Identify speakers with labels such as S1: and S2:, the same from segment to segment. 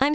S1: I'm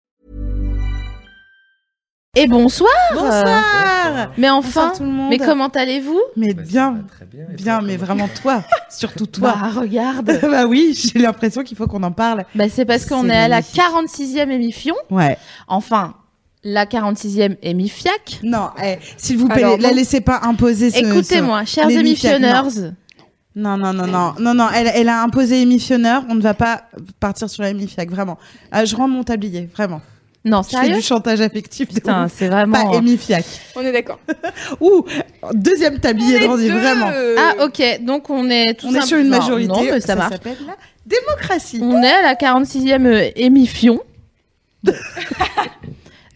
S2: Et bonsoir
S3: Bonsoir
S2: Mais enfin,
S3: Bonsoir tout le monde.
S2: mais comment allez-vous
S3: Mais
S4: Bah, ça
S3: bien,
S4: va très bien. Et
S3: bien,
S4: toi,
S3: mais
S4: comment-
S3: vraiment toi, surtout toi.
S2: Bah regarde
S3: bah oui, j'ai l'impression qu'il faut qu'on en parle.
S2: Bah c'est parce qu'on
S3: C'est
S2: est à la
S3: magnifique.
S2: 46e émission,
S3: Ouais.
S2: enfin la 46e émifiac.
S3: Non, eh, s'il vous plaît,
S2: Alors,
S3: la
S2: non.
S3: laissez pas imposer ce...
S2: Écoutez-moi, chers
S3: les
S2: émissionneurs,
S3: ce- Non, non, non, non, non, non, elle, elle a imposé émissionneur, on ne va pas partir sur la émifiac, vraiment. Euh, je rends mon tablier, vraiment.
S2: non
S3: Je fais
S2: sérieux
S3: du chantage affectif. de
S2: Putain,
S3: ouf.
S2: c'est
S3: pas
S2: vraiment... hein.
S3: émifiac.
S5: On est d'accord.
S3: Ouh, deuxième tablier de Randy,
S5: Deux.
S3: vraiment.
S5: Euh,
S2: Ah ok, donc on est tout
S3: On est sur
S2: simple-
S3: une
S2: Enfin,
S3: majorité,
S2: Non, mais ça, marche.
S3: s'appelle la démocratie.
S2: On est à la 46e euh, émifion.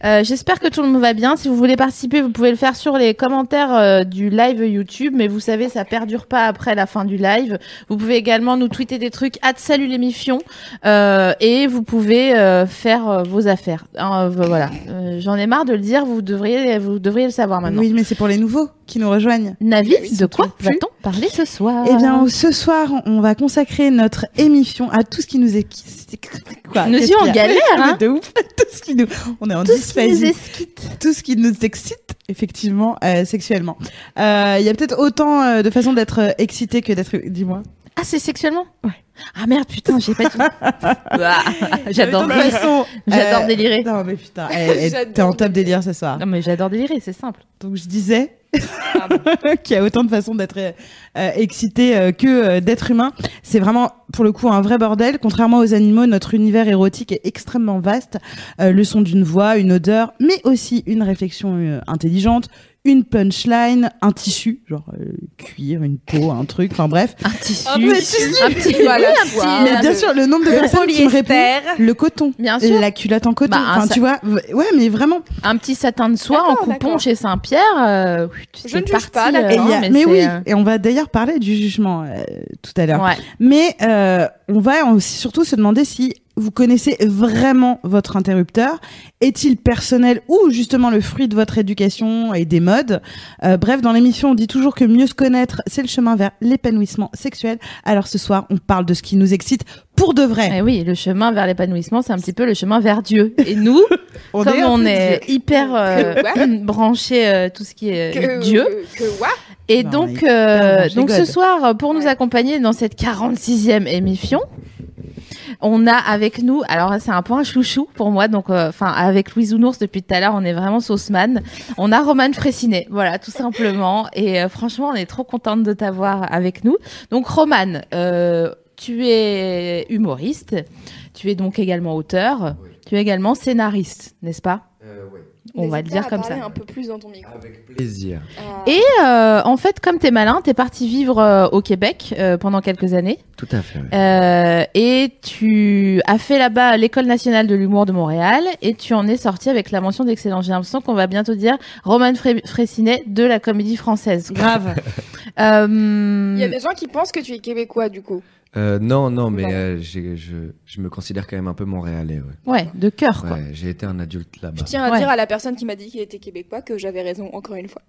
S2: Euh, J'espère que tout le monde va bien. Si vous voulez participer, vous pouvez le faire sur les commentaires euh, du live YouTube. Mais vous savez, ça perdure pas après la fin du live. Vous pouvez également nous tweeter des trucs à salut l'émifion euh, et vous pouvez euh, faire euh, vos affaires. Hein, v- voilà. Euh, J'en ai marre de le dire. Vous devriez, vous devriez le savoir maintenant.
S3: Oui, mais c'est pour les nouveaux qui nous rejoignent.
S2: Navi,
S3: Oui,
S2: de quoi
S3: surtout plus.
S2: va-t-on parler ce soir
S3: Eh bien, ce soir, on va consacrer notre émission à tout ce qui nous est. Quoi
S2: Nous
S3: Qu'est-ce
S2: y en
S3: qu'il y a Ah,
S2: galère,
S3: Mais
S2: hein.
S3: de ouf. Tout ce qui nous. On est en
S2: tout ce qui nous
S3: dysphasie.
S2: esquite.
S3: Tout ce qui nous excite, effectivement, euh, sexuellement. Euh, Il y a peut-être autant euh, de façons d'être euh, excité que d'être. Dis-moi.
S2: Ah, c'est sexuellement Ah merde, putain, j'ai pas dit. Ah,
S3: Autant de façons,
S2: J'adore
S3: euh,
S2: délirer.
S3: Non, mais putain, eh, eh,
S5: J'adore
S3: t'es en top délire ce soir.
S2: Non, mais j'adore délirer, c'est simple.
S3: Donc, je disais.
S2: Ah
S3: qu'il y a autant de façons d'être euh, euh, excité euh, que euh, d'être humain. C'est vraiment, pour le coup, un vrai bordel. Contrairement aux animaux, notre univers érotique est extrêmement vaste. Euh, le son d'une voix, une odeur, mais aussi une réflexion euh, intelligente, une punchline, un tissu, genre euh, cuir, une peau, un truc, enfin bref.
S2: Un tissu.
S5: Un petit tissu.
S2: Un petit.
S5: Voilà,
S2: oui, un petit-
S5: soir.
S3: Mais
S5: Ah,
S3: bien
S5: le-
S3: sûr, le nombre de personnes qui me répondent, le coton,
S2: Bien sûr.
S3: la culotte en coton,
S2: Bah, un
S3: enfin
S2: sa-
S3: tu vois, v- ouais mais vraiment.
S2: Euh, Un petit satin de soie en
S5: D'accord,
S2: coupon
S5: d'accord.
S2: chez Saint-Pierre. euh, oui,
S5: Je
S2: c'est
S5: ne juge
S2: parti,
S5: pas, d'accord.
S2: euh,
S3: Et il y a-
S2: mais
S3: mais
S2: c'est,
S3: oui,
S2: euh,
S3: et on va d'ailleurs parler du jugement euh, tout à l'heure.
S2: Ouais.
S3: Mais euh, on va aussi surtout se demander si vous connaissez vraiment votre interrupteur. Est-il personnel ou justement le fruit de votre éducation et des modes Euh, Bref, dans l'émission, on dit toujours que mieux se connaître, c'est le chemin vers l'épanouissement sexuel. Alors ce soir, on parle de ce qui nous excite pour de vrai.
S2: Eh oui, le chemin vers l'épanouissement, c'est un petit peu le chemin vers Dieu. Et nous, comme
S3: un
S2: on
S3: peu
S2: est hyper euh, branché euh, tout ce qui est euh,
S5: Que,
S2: Dieu,
S5: Que what
S2: Et
S3: Bah,
S2: donc,
S3: on
S2: euh,
S3: branché
S2: donc ce
S3: God.
S2: soir, euh, pour nous
S5: Ouais.
S2: accompagner dans cette 46e émission, on a avec nous, alors c'est un peu un chouchou pour moi, donc euh, enfin avec Louise Ounours depuis tout à l'heure, on est vraiment sauceman. On a Romane Fressinet, voilà, tout simplement. Et euh, franchement, on est trop contente de t'avoir avec nous. Donc Romane, euh, tu es humoriste, tu es donc également auteur,
S4: Oui.
S2: tu es également scénariste, n'est-ce pas
S4: Euh, ouais.
S2: On va le
S5: N'hésite
S2: dire
S5: pas à
S2: comme
S5: parler
S2: ça.
S5: un peu plus dans ton micro.
S4: Avec plaisir.
S5: Ah.
S2: Et euh, en fait, comme t'es malin, t'es parti vivre euh, au Québec euh, pendant quelques années.
S4: Tout à fait. ouais.
S2: Euh, et tu as fait là-bas l'école nationale de l'humour de Montréal et tu en es sorti avec la mention d'excellence. J'ai l'impression qu'on va bientôt dire Romane Fré- Fraissinet de la comédie française.
S3: grave.
S2: Euh,
S5: Il y a des gens qui pensent que tu es québécois du coup.
S4: Euh, non, non, mais
S5: Non.
S4: euh, j'ai- je, je me considère quand même un peu montréalais. Ouais.
S2: Ouais, de cœur quoi.
S4: Ouais, j'ai été un adulte là-bas.
S5: Je tiens à
S2: Ouais.
S5: dire à la personne qui m'a dit qu'il était québécois que j'avais raison encore une fois.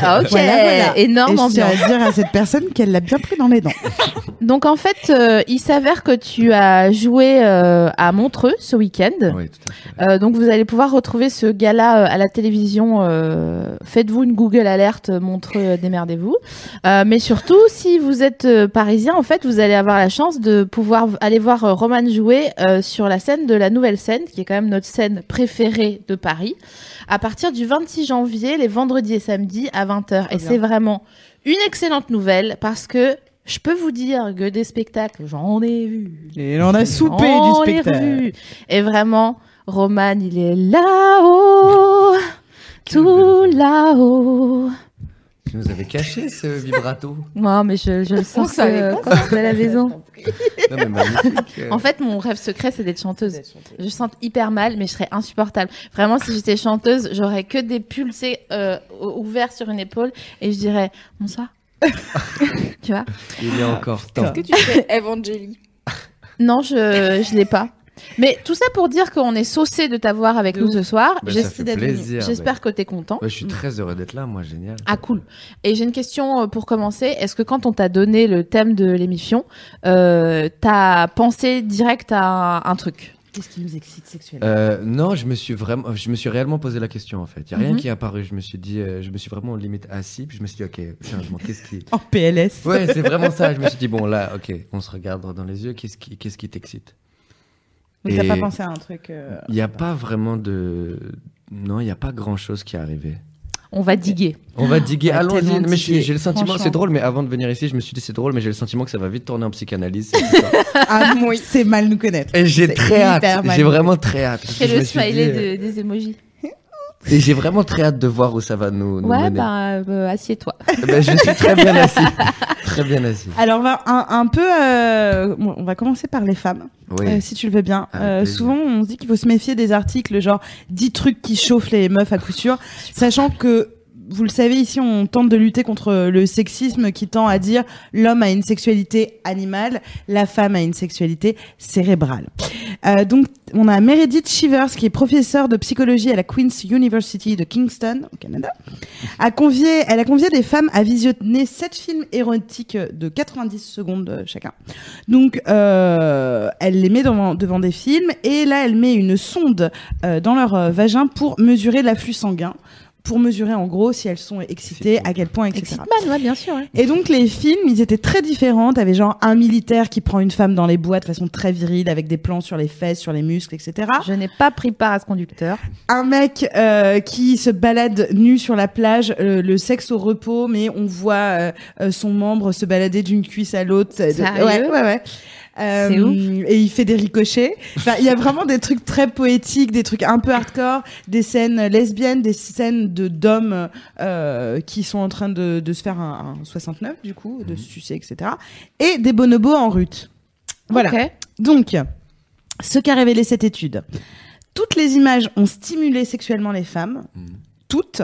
S2: Ah, ok,
S3: Voilà, voilà.
S2: énorme
S3: et je tiens
S2: ambiance.
S3: à dire à cette personne qu'elle l'a bien pris dans les dents.
S2: Donc en fait, euh, il s'avère que tu as joué euh, à Montreux ce week-end.
S4: Oui, tout à fait.
S2: Euh, donc vous allez pouvoir retrouver ce gala euh, à la télévision. euh, Faites-vous une Google alerte, montreux, euh, démerdez-vous. Euh, mais surtout, si vous êtes euh, parisien, en fait, vous allez avoir la chance de pouvoir v- aller voir euh, Roman jouer euh, sur la scène de la nouvelle scène, qui est quand même notre scène préférée de Paris, à partir du 26 janvier, les vendredis et samedis à 20h. Et c'est vraiment une excellente nouvelle parce que je peux vous dire que des spectacles, j'en ai vu.
S3: Et on a soupé du
S2: On les
S3: spectacle.
S2: revue. Et vraiment, Roman, il est là-haut, tout là-haut.
S4: Tu nous avais caché ce vibrato.
S2: Moi, mais je, je le
S5: On
S2: sens que,
S5: savait
S2: euh, quand je vais à la maison.
S4: Non, mais magnifique. euh.
S2: En fait, mon rêve secret, c'est d'être chanteuse. Je me sens hyper mal, mais je serais insupportable. Vraiment, si j'étais chanteuse, j'aurais que des pulsés euh, ou- ouverts sur une épaule et je dirais bonsoir. tu vois
S4: il est encore temps.
S5: Est-ce que tu fais Evangeli
S2: Non, je je l'ai pas. Mais tout ça pour dire qu'on est saucé de t'avoir avec
S3: De
S2: nous
S3: ouf.
S2: ce soir.
S4: Bah,
S2: J'es-
S4: ça fait
S3: d'être
S4: plaisir.
S2: J'espère
S4: bah.
S2: que t'es content.
S4: Ouais, je suis très heureux d'être là, moi, génial.
S2: Ah cool. Et j'ai une question euh, pour commencer. Est-ce que quand on t'a donné le thème de l'émission, euh, t'as pensé direct à un- un truc
S3: Qu'est-ce qui nous excite sexuellement
S4: Euh, non, je me suis vraiment, je me suis réellement posé la question en fait. Il y a rien
S2: Mhm.
S4: qui est apparu. Je me suis dit, euh, je me suis vraiment limite assis. Puis je me suis dit, ok, changement. Qu'est-ce qui
S3: En PLS.
S4: Ouais, c'est vraiment ça. Je me suis dit bon là, ok, on se regarde dans les yeux. Qu'est-ce qui, qu'est-ce qui t'excite
S3: Donc t'as
S4: Et-
S3: pas pensé à un truc. euh,
S4: Il n'y a pas vraiment de, non, il n'y a pas grand chose qui est arrivé.
S2: On va diguer.
S4: On va diguer.
S3: ouais,
S4: Allons-y.
S3: tellement
S4: Mais je suis-
S3: diguer,
S4: j'ai le sentiment,
S3: franchement.
S4: c'est drôle. Mais avant de venir ici, je me suis dit c'est drôle, mais j'ai le sentiment que ça va vite tourner en psychanalyse. cette histoire.
S3: Ah oui, c'est mal nous connaître.
S4: Et j'ai
S3: C'est
S4: très
S3: hyper
S4: hâte. J'ai
S3: magnifique.
S4: vraiment très hâte. parce que
S2: C'est
S4: je
S2: le
S4: me suis
S2: smiley
S4: dit, euh,
S2: de- des emojis.
S4: Et j'ai vraiment très hâte de voir où ça va nous, nous
S2: Ouais,
S4: mener.
S2: bah, euh, assieds-toi.
S4: Ben, je suis très bien assis. très bien assis.
S3: Alors on va un, un peu, euh, bon, on va commencer par les femmes,
S4: Oui.
S3: euh, si tu le veux bien.
S4: Avec
S3: Euh,
S4: plaisir.
S3: souvent on se dit qu'il faut se méfier des articles genre 10 trucs qui chauffent les meufs à coup sûr, sachant que vous le savez ici on tente de lutter contre le sexisme qui tend à dire l'homme a une sexualité animale, la femme a une sexualité cérébrale. Euh, donc on a Meredith Shivers qui est professeure de psychologie à la Queen's University de Kingston au Canada. A convié, elle a convié des femmes à visionner sept films érotiques de 90 secondes euh, chacun. Donc, euh, elle les met devant, devant des films et là, elle met une sonde euh, dans leur euh, vagin pour mesurer l'afflux sanguin, pour mesurer en gros si elles sont excitées, à quel point, etc.
S2: Excitman, ouais, bien sûr. ouais.
S3: Et donc les films, ils étaient très différents. T'avais genre un militaire qui prend une femme dans les bois de façon très virile, avec des plans sur les fesses, sur les muscles, etc.
S2: Ah. Je n'ai pas pris part à ce conducteur.
S3: Un mec euh, qui se balade nu sur la plage, euh, le sexe au repos, mais on voit euh, euh, son membre se balader d'une cuisse à l'autre. Euh, de-
S2: Sérieux
S3: Ouais, ouais, ouais.
S2: C'est
S3: Et il fait des ricochets. Enfin, il y a vraiment des trucs très poétiques, des trucs un peu hardcore, des scènes lesbiennes, des scènes de d'hommes euh, qui sont en train de, de se faire un, un 69 du coup, de se sucer, etc. Et des bonobos en rut. Voilà.
S2: Ok.
S3: Donc, ce qu'a révélé cette étude, toutes les images ont stimulé sexuellement les femmes, toutes,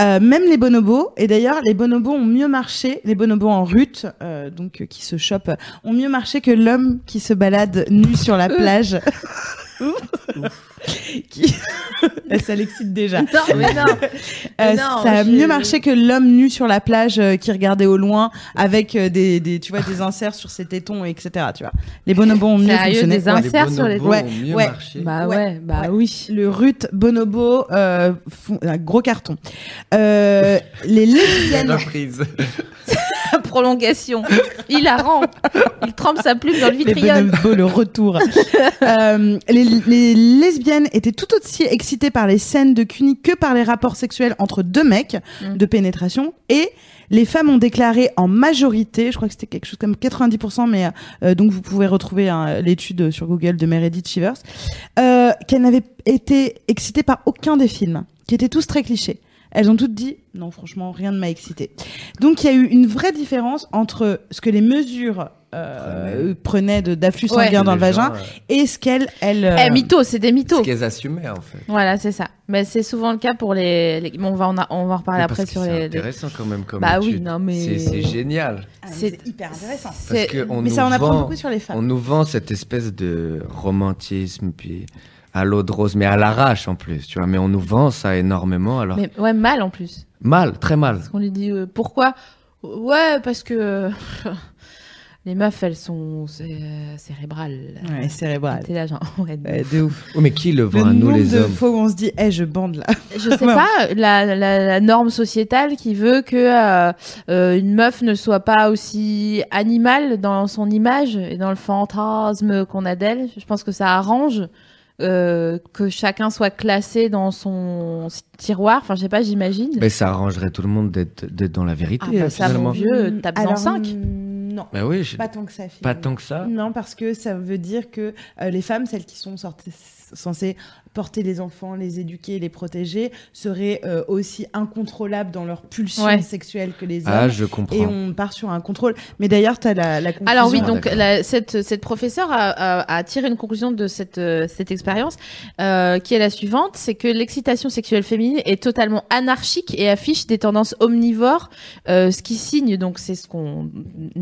S3: Euh, même les bonobos. Et d'ailleurs, les bonobos ont mieux marché, les bonobos en rut, euh, donc euh, qui se chopent, ont mieux marché que l'homme qui se balade nu sur
S2: Euh.
S3: la plage. qui... ça l'excite déjà.
S2: Non, mais non.
S3: Euh,
S2: Mais non,
S3: ça a
S2: je-
S3: mieux marché que l'homme nu sur la plage euh, qui regardait au loin avec euh, des, des tu vois des inserts sur ses tétons etc tu vois les bonobos ont mieux
S2: Sérieux,
S3: fonctionné
S2: des
S3: Ouais.
S2: inserts sur les-
S4: bonobos
S3: Ouais,
S4: ont mieux
S3: ouais.
S4: marché.
S2: Bah ouais,
S3: Ouais,
S2: bah
S3: ouais.
S2: oui.
S3: le rut bonobo euh, font un gros carton Euh, les lesbiennes
S4: Surprise.
S2: La prolongation. Il la rend. Il trempe sa plume dans le
S3: les
S2: vitriol.
S3: bonobos le retour Euh, les, les lesbiennes étaient tout aussi excitées par les scènes de cuni que par les rapports sexuels entre deux mecs
S2: Mm.
S3: de pénétration et les femmes ont déclaré en majorité, je crois que c'était quelque chose comme 90%, mais euh, euh, donc vous pouvez retrouver hein, l'étude sur Google de Meredith Shivers, euh, qu'elles n'avaient été excitées par aucun des films, qui étaient tous très clichés. Elles ont toutes dit non, franchement, rien ne m'a excitée. Donc il y a eu une vraie différence entre ce que les mesures euh, prenaient de- d'afflux
S2: Ouais.
S3: sanguin dans le
S4: Les gens,
S3: vagin
S4: euh,
S3: et ce qu'elle elle euh,
S2: Eh, mytho, c'est des
S4: Ce
S2: mythos.
S4: qu'elles assumaient en fait.
S2: Voilà, c'est ça. Mais c'est souvent le cas pour les. les- Bon, on va en, a- on va en reparler
S4: Mais
S2: après
S4: parce que
S2: sur
S4: c'est
S2: les. les-
S4: intéressant quand même comme
S2: Bah oui,
S4: étude.
S2: non, mais-
S4: C'est- C'est génial.
S3: ah, mais
S2: c'est-
S3: c'est hyper intéressant.
S4: Parce
S2: C'est-
S4: que on
S3: mais
S4: nous
S3: ça on apprend
S4: vend-
S3: beaucoup sur les femmes.
S4: On nous vend cette espèce de romantisme puis à l'eau de rose, mais à l'arrache en plus, tu vois. Mais on nous vend ça énormément, alors
S2: Mais ouais, mal en plus.
S4: mal, très mal.
S2: Parce qu'on lui dit euh, pourquoi Ouais, parce que euh, les meufs, elles sont cé- euh, cérébrales.
S3: Ouais, cérébrale.
S2: T'es là, genre, ouais, de
S3: Ouais, Eh, de ouf.
S4: Oh, mais qui le
S3: Le
S4: vend à nous
S3: nombre
S4: les
S3: de
S4: hommes
S3: fois où on se dit, eh, je bande là.
S2: Je sais
S3: Ouais.
S2: pas la, la, la norme sociétale qui veut que euh, euh, une meuf ne soit pas aussi animale dans son image et dans le fantasme qu'on a d'elle. Je pense que ça arrange euh, que chacun soit classé dans son tiroir. Enfin, je sais pas, j'imagine.
S4: Mais ça arrangerait tout le monde d'être d'être dans la vérité
S2: Ah, bah,
S4: euh,
S2: ça, mon
S4: finalement.
S2: vieux, t'as besoin de
S3: Alors,
S2: cinq.
S3: mm, Non,
S4: Bah oui, je-
S3: pas tant que ça. Philippe.
S4: pas tant que ça.
S3: Non, parce que ça veut dire que euh, les femmes, celles qui sont sorties, censé porter les enfants, les éduquer, les protéger, seraient euh, aussi incontrôlables dans leur pulsion
S2: Ouais.
S3: sexuelle que les hommes.
S4: Ah, je
S3: et
S4: comprends.
S3: on part sur un contrôle. Mais d'ailleurs, tu as la, la conclusion.
S2: Alors oui,
S4: Ah,
S2: donc
S4: d'accord.
S2: la- cette, cette professeure a, a- a tiré une conclusion de cette, euh, cette expérience, euh, qui est la suivante, c'est que l'excitation sexuelle féminine est totalement anarchique et affiche des tendances omnivores, euh, ce qui signe, donc c'est ce qu'on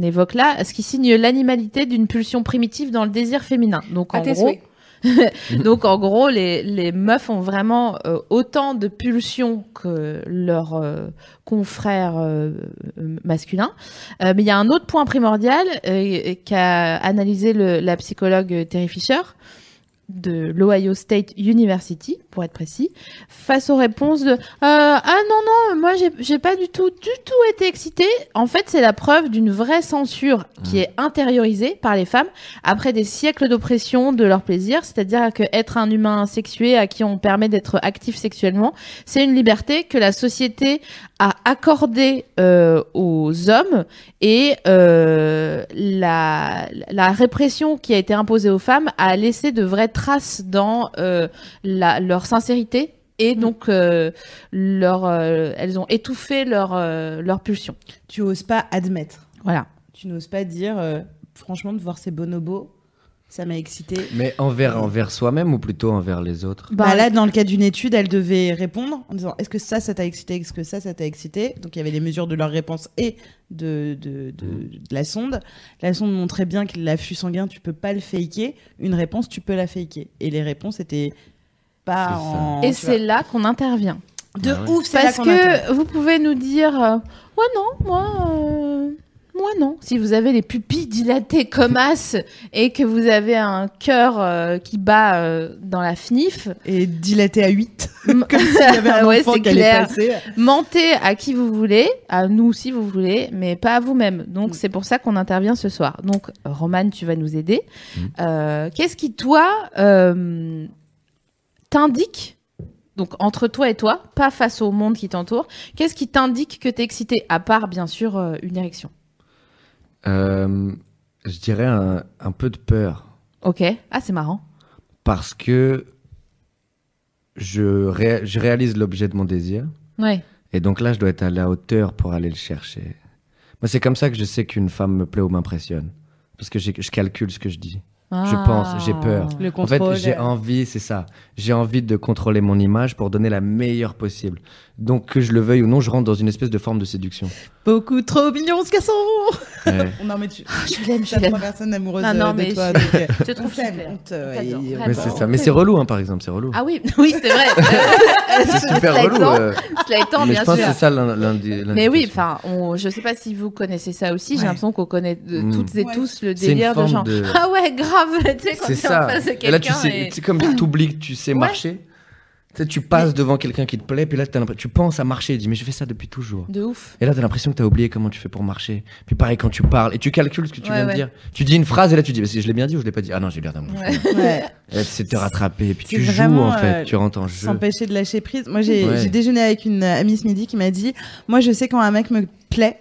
S2: évoque là, ce qui signe l'animalité d'une pulsion primitive dans le désir féminin. Donc
S5: À
S2: en
S5: tes
S2: gros,
S5: souhaits.
S2: donc en gros, les, les meufs ont vraiment euh, autant de pulsions que leurs euh, confrères euh, euh, masculins. Euh, mais il y a un autre point primordial euh, qu'a analysé le- la psychologue Terry Fisher de l'Ohio State University, pour être précis, face aux réponses de euh, ah non non moi j'ai- j'ai pas du tout du tout été excitée. En fait c'est la preuve d'une vraie censure qui est intériorisée par les femmes après des siècles d'oppression de leur plaisir, c'est-à-dire que être un humain sexué à qui on permet d'être actif sexuellement, c'est une liberté que la société a accordée euh, aux hommes et euh, la, la répression qui a été imposée aux femmes a laissé de vraies traces dans euh, la- leur sincérité. Et
S3: Mmh.
S2: donc, euh, leur, euh, elles ont étouffé leur, euh, leur pulsion.
S3: Tu oses pas admettre.
S2: Voilà.
S3: Tu n'oses pas dire, euh, franchement, de voir ces bonobos, ça m'a excité.
S4: Mais envers, envers soi-même ou plutôt envers les autres
S3: Bah, là, dans le cas d'une étude, elle devait répondre en disant est-ce que ça, ça t'a excité Est-ce que ça, ça t'a excité Donc il y avait les mesures de leur réponse et de, de,
S4: Mm.
S3: de- de la sonde. La sonde montrait bien que l'afflux sanguin, tu peux pas le faker. Une réponse, tu peux la faker. Et les réponses étaient
S4: C'est
S3: pas
S4: ça.
S3: en.
S2: et
S3: tu vois.
S2: c'est là qu'on intervient.
S3: de
S4: Ah ouais.
S3: ouf, c'est là
S2: Parce
S3: qu'on attend.
S2: que vous pouvez nous dire, euh, ouais non, moi, euh, moi non. Si vous avez les pupilles dilatées comme as et que vous avez un cœur euh, qui bat euh, dans la fnif,
S3: Et dilaté à 8,
S2: m-
S3: comme s'il y avait un
S2: Ouais,
S3: enfant
S2: c'est
S3: qui allait
S2: clair.
S3: passer.
S2: mentez à qui vous voulez, à nous si vous voulez, mais pas à vous-même. Donc
S3: Mm.
S2: c'est pour ça qu'on intervient ce soir. Donc Romane, tu vas nous aider.
S4: Mm.
S2: Euh, Qu'est-ce qui toi euh, t'indique donc entre toi et toi, pas face au monde qui t'entoure, qu'est-ce qui t'indique que t'es excité à part bien sûr euh, une érection
S4: Euh, Je dirais un, un peu de peur.
S2: Ok, ah c'est marrant.
S4: Parce que je, ré- je réalise l'objet de mon désir.
S2: Ouais.
S4: Et donc là, je dois être à la hauteur pour aller le chercher. Moi, c'est comme ça que je sais qu'une femme me plaît ou m'impressionne. Parce que j'ai- je calcule ce que je dis.
S2: Ah.
S4: Je pense, j'ai peur.
S3: Le
S4: En fait,
S3: contrôle.
S4: j'ai envie, c'est ça. J'ai envie de contrôler mon image pour donner la meilleure possible. Donc, que je le veuille ou non, je rentre dans une espèce de forme de séduction.
S3: Beaucoup trop mignon, on se casse en rond
S4: Ouais.
S3: On en met dessus.
S2: Je l'aime, je
S3: T'as
S2: l'aime.
S3: trois personnes amoureuses
S2: Non, non,
S3: euh, de
S2: mais
S3: toi.
S2: je-
S3: donc, euh,
S2: Je te
S3: on
S2: trouve
S3: t'aime,
S2: super.
S3: on te- euh,
S2: t'adore,
S3: et-
S2: vraiment.
S4: Mais c'est ça. Mais c'est relou, hein, par exemple, c'est relou.
S2: Ah oui, oui c'est vrai.
S4: c'est super
S2: Cela
S4: relou.
S2: étant-
S4: euh.
S2: Cela étant,
S4: Mais
S2: bien
S4: je pense
S2: sûr.
S4: que c'est ça l'un- l'un des-
S2: Mais oui,
S4: l'indication.
S2: enfin, on- je sais pas si vous connaissez ça aussi. J'ai
S3: Ouais.
S2: l'impression qu'on connaît de-
S4: Mm.
S2: toutes et
S3: Ouais.
S2: tous le
S4: C'est une
S2: délire de
S4: forme
S2: genre.
S4: de-
S2: Ah ouais, grave, tu sais, quand t'es
S4: C'est
S2: en
S4: ça.
S2: face de
S4: Et là, tu
S2: quelqu'un.
S4: sais,
S2: et-
S4: c'est comme tu oublies que tu sais
S2: Ouais.
S4: marcher. Tu sais, tu passes devant quelqu'un qui te plaît, puis là, t'as l'impression- tu penses à marcher. Tu dis, mais je fais ça depuis toujours.
S2: De ouf.
S4: Et là, t'as l'impression que t'as oublié comment tu fais pour marcher. Puis pareil, quand tu parles, et tu calcules ce que tu
S2: Ouais,
S4: viens
S2: ouais.
S4: de dire. Tu dis une phrase, et là, tu dis, mais si je l'ai bien dit ou je l'ai pas dit Ah non, j'ai l'air d'un bouffon.
S2: Ouais.
S3: Ouais.
S4: Et là, tu sais te rattraper, et puis
S3: C'est
S4: tu joues,
S3: vraiment,
S4: en fait.
S3: euh,
S4: tu rentres en jeu.
S3: S'empêcher de lâcher prise. Moi, j'ai
S4: Ouais.
S3: j'ai déjeuné avec une euh, amie ce midi qui m'a dit Moi, je sais quand un mec me plaît,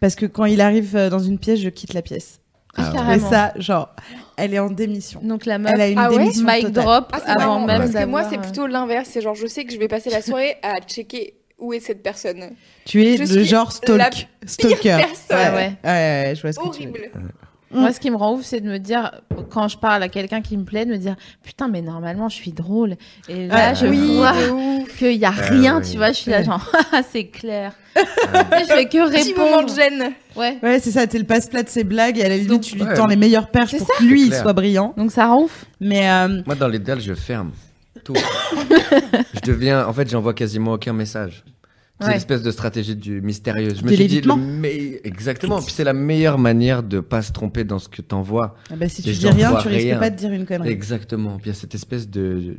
S3: parce que quand il arrive euh, dans une pièce, je quitte la pièce.
S4: Ah ouais.
S2: Carrément.
S3: Et ça, genre, elle est en démission.
S2: Donc la meuf,
S3: Elle a une
S5: Ah ouais
S3: démission
S2: mic
S3: totale.
S2: drop
S5: Ah, c'est
S2: avant
S5: marrant,
S2: même
S5: Parce que moi,
S2: d'avoir,
S5: c'est
S2: euh,
S5: plutôt l'inverse. C'est genre, je sais que je vais passer la soirée à checker où est cette personne.
S3: Tu es
S5: Je
S3: le
S5: suis
S3: genre
S5: la
S3: stalk, stalker.
S5: personne.
S3: Ouais,
S2: Ouais.
S3: ouais. ouais, ouais, je vois ce que tu veux
S5: Horrible.
S2: euh,
S5: Mm.
S2: Moi, ce qui me rend ouf, c'est de me dire, quand je parle à quelqu'un qui me plaît, de me dire, putain, mais normalement, je suis drôle. Et là,
S3: Ah,
S2: je
S3: oui,
S2: vois
S5: de ouf.
S2: qu'il y a rien,
S4: Ah oui.
S2: tu vois, je suis là,
S3: Ouais.
S2: genre, Ah, c'est clair. je fais que
S5: Petit moment de
S2: répondre.
S5: gêne.
S2: Ouais.
S3: dire. Ouais, c'est ça, t'es le passe-plat de ses blagues, et à la limite,
S2: Donc-
S3: tu lui
S4: Ouais.
S3: tends les meilleures perches
S2: C'est
S3: pour que lui,
S4: C'est
S3: il
S4: clair.
S3: soit brillant.
S2: Donc ça rend ouf.
S3: Mais euh,
S4: Moi, dans les dalles, je ferme tout. je deviens, en fait, j'envoie quasiment aucun message. C'est
S2: Ouais.
S4: l'espèce de stratégie du mystérieux. Je
S3: De
S4: me suis dit, le
S3: l'évitement.
S4: me- exactement. Puis c'est la meilleure manière de pas se tromper dans ce que t'envoies.
S3: ah bah, si
S4: Et
S3: tu dis
S4: j'en
S3: rien,
S4: vois
S3: tu risques
S4: rien.
S3: pas de dire une connerie.
S4: Exactement. Puis il y a cette espèce de.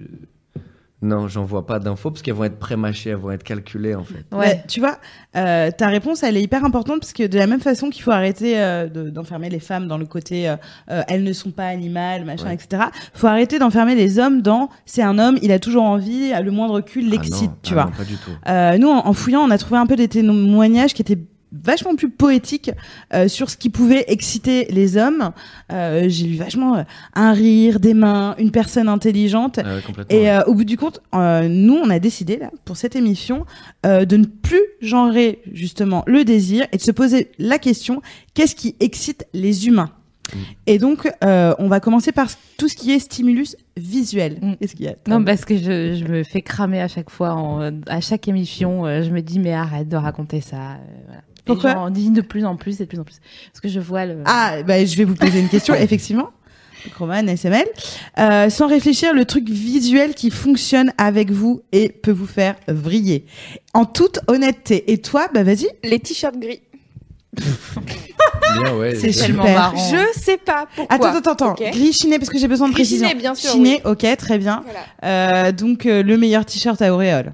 S4: Non, j'envoie pas d'infos parce qu'elles vont être prémâchées, elles vont être calculées en fait.
S2: Ouais.
S3: Mais tu vois, euh, ta réponse, elle est hyper importante parce que de la même façon qu'il faut arrêter euh, de- d'enfermer les femmes dans le côté euh, euh, elles ne sont pas animales, machin,
S4: Ouais.
S3: etc. Faut arrêter d'enfermer les hommes dans c'est un homme, il a toujours envie, le moindre cul l'excite,
S4: Ah non,
S3: tu
S4: ah
S3: vois.
S4: non, pas du tout.
S3: Euh, nous, en, en fouillant, on a trouvé un peu des témoignages qui étaient vachement plus poétique euh, sur ce qui pouvait exciter les hommes. Euh, J'ai lu vachement euh, un rire, des mains, une personne intelligente.
S4: Ah ouais, complètement.
S3: Et euh, au bout du compte, euh, nous, on a décidé là, pour cette émission euh, de ne plus genrer justement le désir et de se poser la question qu'est-ce qui excite les humains
S4: Mm.
S3: Et donc, euh, on va commencer par tout ce qui est stimulus visuel.
S2: Mm.
S3: Est-ce qu'il y a
S2: Non, parce que je, je me fais cramer à chaque fois, en- à chaque émission. euh, Je me dis, mais arrête de raconter ça. euh, voilà. Et
S3: Pourquoi
S2: j'en dis de plus en plus et de plus en plus. Parce que je vois le.
S3: Ah, bah, je vais vous poser une question, effectivement. Donc, Roman, SML. Euh, sans réfléchir, le truc visuel qui fonctionne avec vous et peut vous faire vriller. En toute honnêteté. Et toi, bah vas-y.
S5: Les t-shirts gris.
S4: Bien, ouais,
S3: euh, C'est
S4: je-
S2: tellement
S3: super.
S2: marrant.
S5: Je sais pas pourquoi.
S3: Attends, attends, attends.
S5: Ok.
S3: Gris chiné, parce que j'ai besoin de
S5: Gris
S3: précision.
S5: chiné, bien sûr,
S3: Chiné, ok, très bien.
S5: Voilà.
S3: Euh, donc, euh, le meilleur t-shirt à auréole.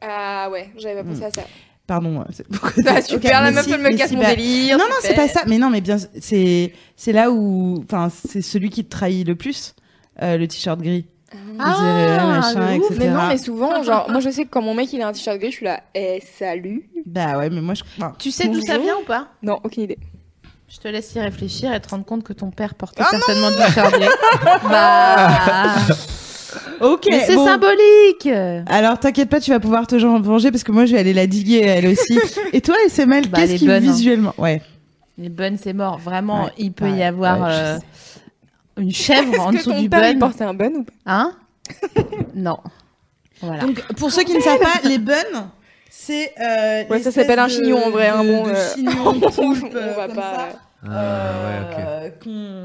S5: Ah ouais, j'avais pas pensé à ça.
S3: Pardon. euh, c'est- pourquoi
S5: Bah,
S3: c'est-
S5: super,
S3: ok,
S5: la
S3: mais
S5: meuf,
S3: si,
S5: elle me
S3: mais
S5: casse
S3: si,
S5: mon
S3: bah-
S5: délire.
S3: Non, non, c'est pas ça. Mais non, mais bien, c'est c'est là où, enfin, c'est celui qui te trahit le plus, euh, le t-shirt gris.
S2: Ah,
S3: Zéréa, machin,
S2: de ouf,
S3: etc.
S5: Mais non, mais souvent, genre, moi je sais que quand mon mec il a un t-shirt gris, je suis là, eh salut.
S3: Bah ouais, mais moi je. enfin,
S2: Tu sais d'où ça
S3: Bonjour.
S2: vient ou pas
S5: Non, aucune idée.
S2: Je te laisse y réfléchir et te rendre compte que ton père portait certainement du charlet. bah.
S3: Ok.
S2: mais c'est
S3: bon.
S2: symbolique
S3: Alors t'inquiète pas, tu vas pouvoir te gen- venger parce que moi je vais aller la diguer elle aussi. Et toi, SML,
S2: Bah, elle
S3: qu'est-ce
S2: est
S3: qui
S2: bonne, hein.
S3: visuellement Ouais.
S2: Les buns, c'est mort. Vraiment,
S3: Ouais,
S2: il peut y
S3: ouais,
S2: avoir
S4: ouais,
S2: euh,
S4: je
S2: une chèvre en
S5: Est-ce que
S2: dessous
S5: ton
S2: du
S5: père il
S2: bun.
S5: portait un bun ou pas
S2: Hein Non. Voilà.
S3: Donc pour ceux qui ne savent pas, les buns, c'est. euh,
S5: Ouais, ça
S3: l'espèce
S5: s'appelle un
S3: de-
S5: chignon, en vrai,
S3: de-
S5: hein, bon,
S3: de
S5: euh,
S3: chignon poulpe, euh,
S5: On va
S3: comme
S5: pas.
S3: ça,
S4: Ah, ouais, ok.
S3: euh,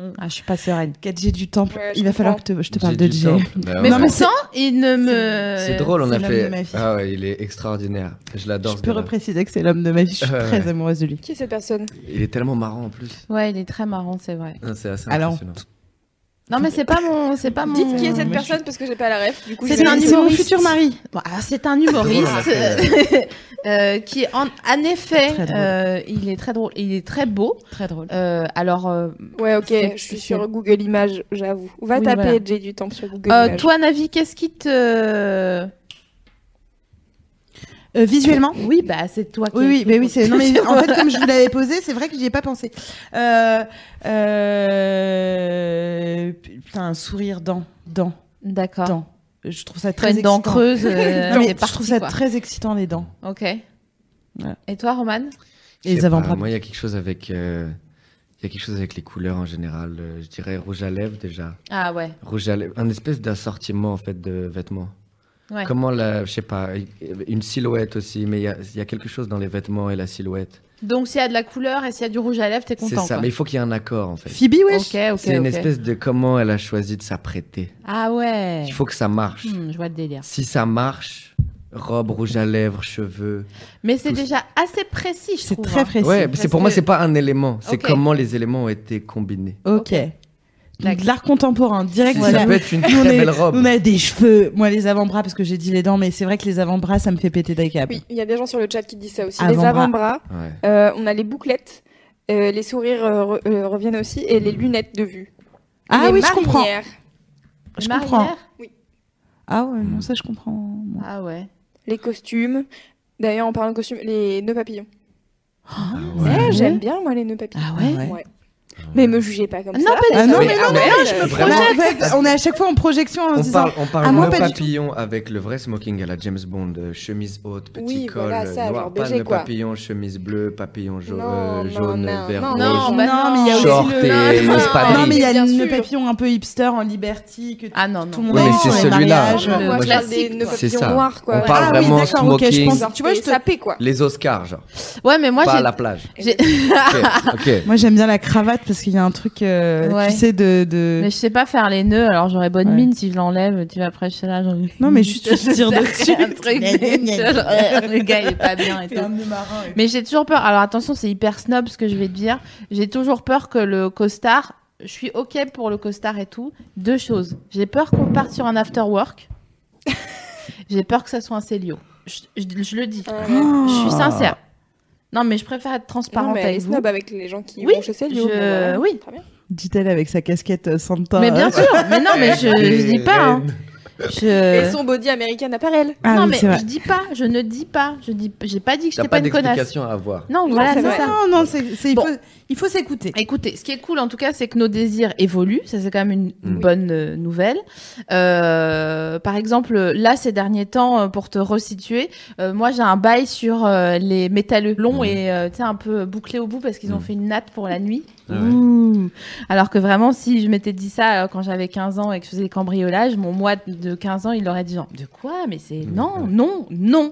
S3: qu'on-
S2: Ah, je suis pas sereine.
S3: 4G du temple.
S5: Ouais, je
S3: Il va falloir que
S5: comprends.
S3: te- je te parle de
S4: J'ai du
S3: G.
S4: temps. Bah
S2: Mais
S4: ouais.
S3: Non, mais
S2: pourtant, il ne me.
S4: C'est drôle, on
S3: c'est
S4: a
S3: l'homme de
S4: fait.
S3: ma vie.
S4: Ah ouais, il est extraordinaire. Je l'adore.
S3: Je
S4: ce
S3: peux
S4: gars-là.
S3: repréciser que c'est l'homme de ma vie. Je suis
S4: Ouais,
S3: très
S4: ouais.
S3: amoureuse de lui.
S5: Qui est cette personne
S4: Il est tellement marrant en plus.
S2: Ouais, il est très marrant, c'est vrai.
S4: Ah, C'est assez
S3: Alors,
S4: impressionnant.
S2: Non, mais c'est pas mon. C'est pas mon.
S5: Dites qui est
S3: moi,
S5: cette
S4: Euh,
S3: je-
S5: personne parce que j'ai pas la ref. Du coup,
S2: C'est
S5: je vais-
S2: un
S3: C'est mon
S2: humoriste.
S3: futur mari.
S2: Bon, alors, Ah, c'est un humoriste euh, qui, en, en effet,
S3: Très drôle.
S2: euh, il est très drôle. Il est très beau. Très drôle. alors, euh,
S5: Ouais, ok,
S2: C'est-
S5: je suis
S2: c'est-
S5: sur Google Images, j'avoue. Va
S2: Oui,
S5: taper
S2: voilà.
S5: J'ai du temps sur Google
S2: euh,
S5: Images.
S2: toi, Navi, qu'est-ce qui te.
S3: Euh, visuellement.
S2: Oui, bah, c'est toi qui.
S3: Oui, oui, mais oui, c'est. Non, mais en fait, comme je vous l'avais posé, c'est vrai que j'y ai pas pensé. Euh, euh, Putain, un sourire dent, dent,
S2: D'accord.
S3: dent. Je trouve ça
S2: Très
S3: très
S2: une dent
S3: excitant.
S2: creuse.
S3: Non,
S2: euh,
S3: mais
S2: t'es
S3: je
S2: parti,
S3: trouve ça
S2: quoi.
S3: très excitant les dents.
S2: Ok.
S3: Voilà.
S2: Et toi, Roman
S4: Je sais
S3: les
S4: pas,
S3: avant-bras.
S4: Moi, il y a quelque chose avec. euh, Il y a quelque chose avec les couleurs en général. Euh, Je dirais rouge à lèvres déjà.
S2: Ah ouais.
S4: Rouge à lèvres, un espèce d'assortiment en fait de vêtements.
S2: Ouais.
S4: Comment la, je sais pas, une silhouette aussi, mais il y a, il y a quelque chose dans les vêtements et la silhouette.
S2: Donc s'il y a de la couleur et s'il y a du rouge à lèvres, t'es
S4: C'est
S2: content.
S4: ça,
S2: quoi.
S4: mais il faut qu'il y ait un accord en fait.
S3: Phoebe, wesh.
S2: Ok, ok,
S4: C'est une
S2: ok.
S4: espèce de comment elle a choisi de s'apprêter.
S2: Ah ouais.
S4: Il faut que ça marche.
S2: Hmm, je vois le délire.
S4: Si ça marche, robe, rouge à lèvres, cheveux.
S2: Mais c'est
S4: Tout-
S2: déjà assez précis, je
S3: C'est
S2: trouve.
S3: très
S2: hein.
S3: précis.
S4: Ouais,
S2: parce
S4: c'est pour moi
S2: que-
S4: c'est pas un élément, c'est
S2: Ok.
S4: comment les éléments ont été combinés.
S3: Ok. Donc, de l'art contemporain, direct.
S4: C'est-
S3: voilà.
S4: Ça peut être une
S3: Nous, on,
S4: très
S3: est-
S4: belle robe.
S3: on a des cheveux. Moi, les avant-bras, parce que j'ai dit les dents, mais c'est vrai que les avant-bras, ça me fait péter des câbles.
S5: Oui, il y a des gens sur le chat qui disent ça aussi. Les
S3: Avant-bras.
S5: avant-bras,
S4: Ouais.
S5: euh, on a les bouclettes, euh, les sourires euh, re- euh, reviennent aussi et les lunettes de vue.
S3: Ah
S5: Les
S3: oui, je comprends.
S5: marinières.
S3: Je
S2: Les
S3: comprends.
S2: marinières
S3: Ah ouais, non, ça, je comprends. moi.
S2: Ah ouais.
S5: Les costumes. D'ailleurs, en parlant de costumes, les nœuds papillons.
S4: Ah
S5: Eh,
S4: ouais.
S5: J'aime bien, moi, les nœuds papillons.
S2: Ah ouais.
S3: Ouais.
S5: Mais me jugez pas comme
S2: Non,
S5: ça.
S2: pas
S3: Ah non, mais
S4: non, mais
S5: Armel,
S4: je me
S5: euh,
S4: projette.
S3: Vraiment, en fait, on est à chaque fois en projection en se
S4: On
S3: disant.
S4: parle, on parle
S3: Ah, moi,
S4: de
S3: pas du
S4: papillon avec le vrai smoking à la James Bond, euh, chemise haute, petit
S5: Oui,
S4: col
S5: voilà,
S4: euh,
S5: ça,
S4: noir,
S5: genre
S4: pas
S5: BG,
S4: le
S5: quoi.
S4: papillon, chemise bleue, papillon ja-
S5: Non,
S4: euh,
S5: non,
S4: jaune,
S5: non,
S4: vert,
S5: non,
S4: rouge.
S2: Non,
S5: Non,
S2: bah
S3: non, mais il y a aussi
S4: Short
S3: le-
S4: et
S2: Non, non,
S4: espadrille.
S3: Non, mais il y a
S5: Bien
S3: le
S5: sûr.
S3: papillon un peu hipster en liberty que
S2: Ah non, non.
S3: tout le monde
S4: Oui,
S3: a
S4: mais
S3: dans
S4: c'est
S3: les
S4: celui-là.
S3: mariages.
S5: Non, moi,
S4: Moi,
S5: je parle des
S2: classique,
S5: nœuds
S2: quoi.
S4: C'est
S5: papillons
S4: ça.
S5: noirs, quoi.
S4: On parle
S3: Ah oui,
S4: vraiment
S3: d'accord, ok, je
S4: smoking,
S3: pense-
S5: Genre,
S3: Tu vois, je
S5: t'es
S3: te-
S5: sapé, quoi.
S4: les Oscars, genre.
S2: hein. Ouais, mais moi
S4: pas à
S2: j'ai.
S4: la plage.
S2: j'ai-
S4: Ok, ok.
S3: Moi, j'aime bien la cravate parce qu'il y a un truc, euh,
S2: Ouais.
S3: tu sais, de. de-
S2: Mais je sais pas faire les nœuds, alors j'aurais bonne
S3: Ouais.
S2: mine si je l'enlève. Tu vas après, je suis là. Genre...
S3: Non, mais juste, tu te tires
S2: sais,
S3: dessus.
S2: c'est un truc,
S3: Gna, gna,
S2: mais-
S3: gna.
S2: genre, euh, le gars, il est pas bien et
S3: T'es
S2: tout.
S3: un de mes marins, et-
S2: Mais j'ai toujours peur. Alors attention, c'est hyper snob ce que je vais te dire. J'ai toujours peur que le costard. Je suis ok pour le costard et tout. Deux choses. J'ai peur qu'on parte sur un after work. j'ai peur que ça soit un Célio. Je, je- je le dis.
S5: Ah,
S3: Oh,
S2: Je suis
S4: Ah.
S2: sincère. Non, mais je préfère être
S5: Non,
S2: transparente
S5: mais elle est
S2: avec vous.
S5: snob avec les gens qui
S2: Oui,
S5: vont chez Célio,
S2: je-
S5: bon, voilà.
S2: oui.
S5: Très bien.
S3: Dit-elle avec sa casquette euh, Santa.
S2: Mais bien sûr. Mais non, mais je, je dis pas. hein. Je...
S3: Euh.
S5: Et son body américain apparel.
S3: Ah
S2: non,
S3: oui,
S2: mais
S3: c'est vrai.
S2: je dis pas, je ne dis pas, je dis, j'ai pas dit que
S4: T'as
S2: j'étais
S4: pas
S2: pas, une connasse.
S4: d'explication à avoir.
S2: Non,
S5: Non,
S2: voilà,
S5: c'est
S2: c'est
S5: vrai.
S2: ça.
S3: Non, non, c'est, c'est- il
S2: Bon.
S3: faut, il faut s'écouter.
S2: Écoutez, ce qui est cool en tout cas, c'est que nos désirs évoluent. Ça, c'est quand même une
S4: Mm.
S2: bonne euh, nouvelle. Euh, par exemple, là, ces derniers temps, euh, pour te resituer, euh, moi, j'ai un bail sur euh, les métalleux longs
S4: Mm.
S2: et euh, tu sais, un peu bouclés au bout parce qu'ils ont
S4: Mm.
S2: fait une natte pour la nuit.
S4: Ah ouais.
S2: Ouh. Alors que vraiment, si je m'étais dit ça euh, quand j'avais 15 ans et que je faisais des cambriolages, mon moi de 15 ans, il aurait dit genre, de quoi Mais c'est
S4: Mm.
S2: non, non, non.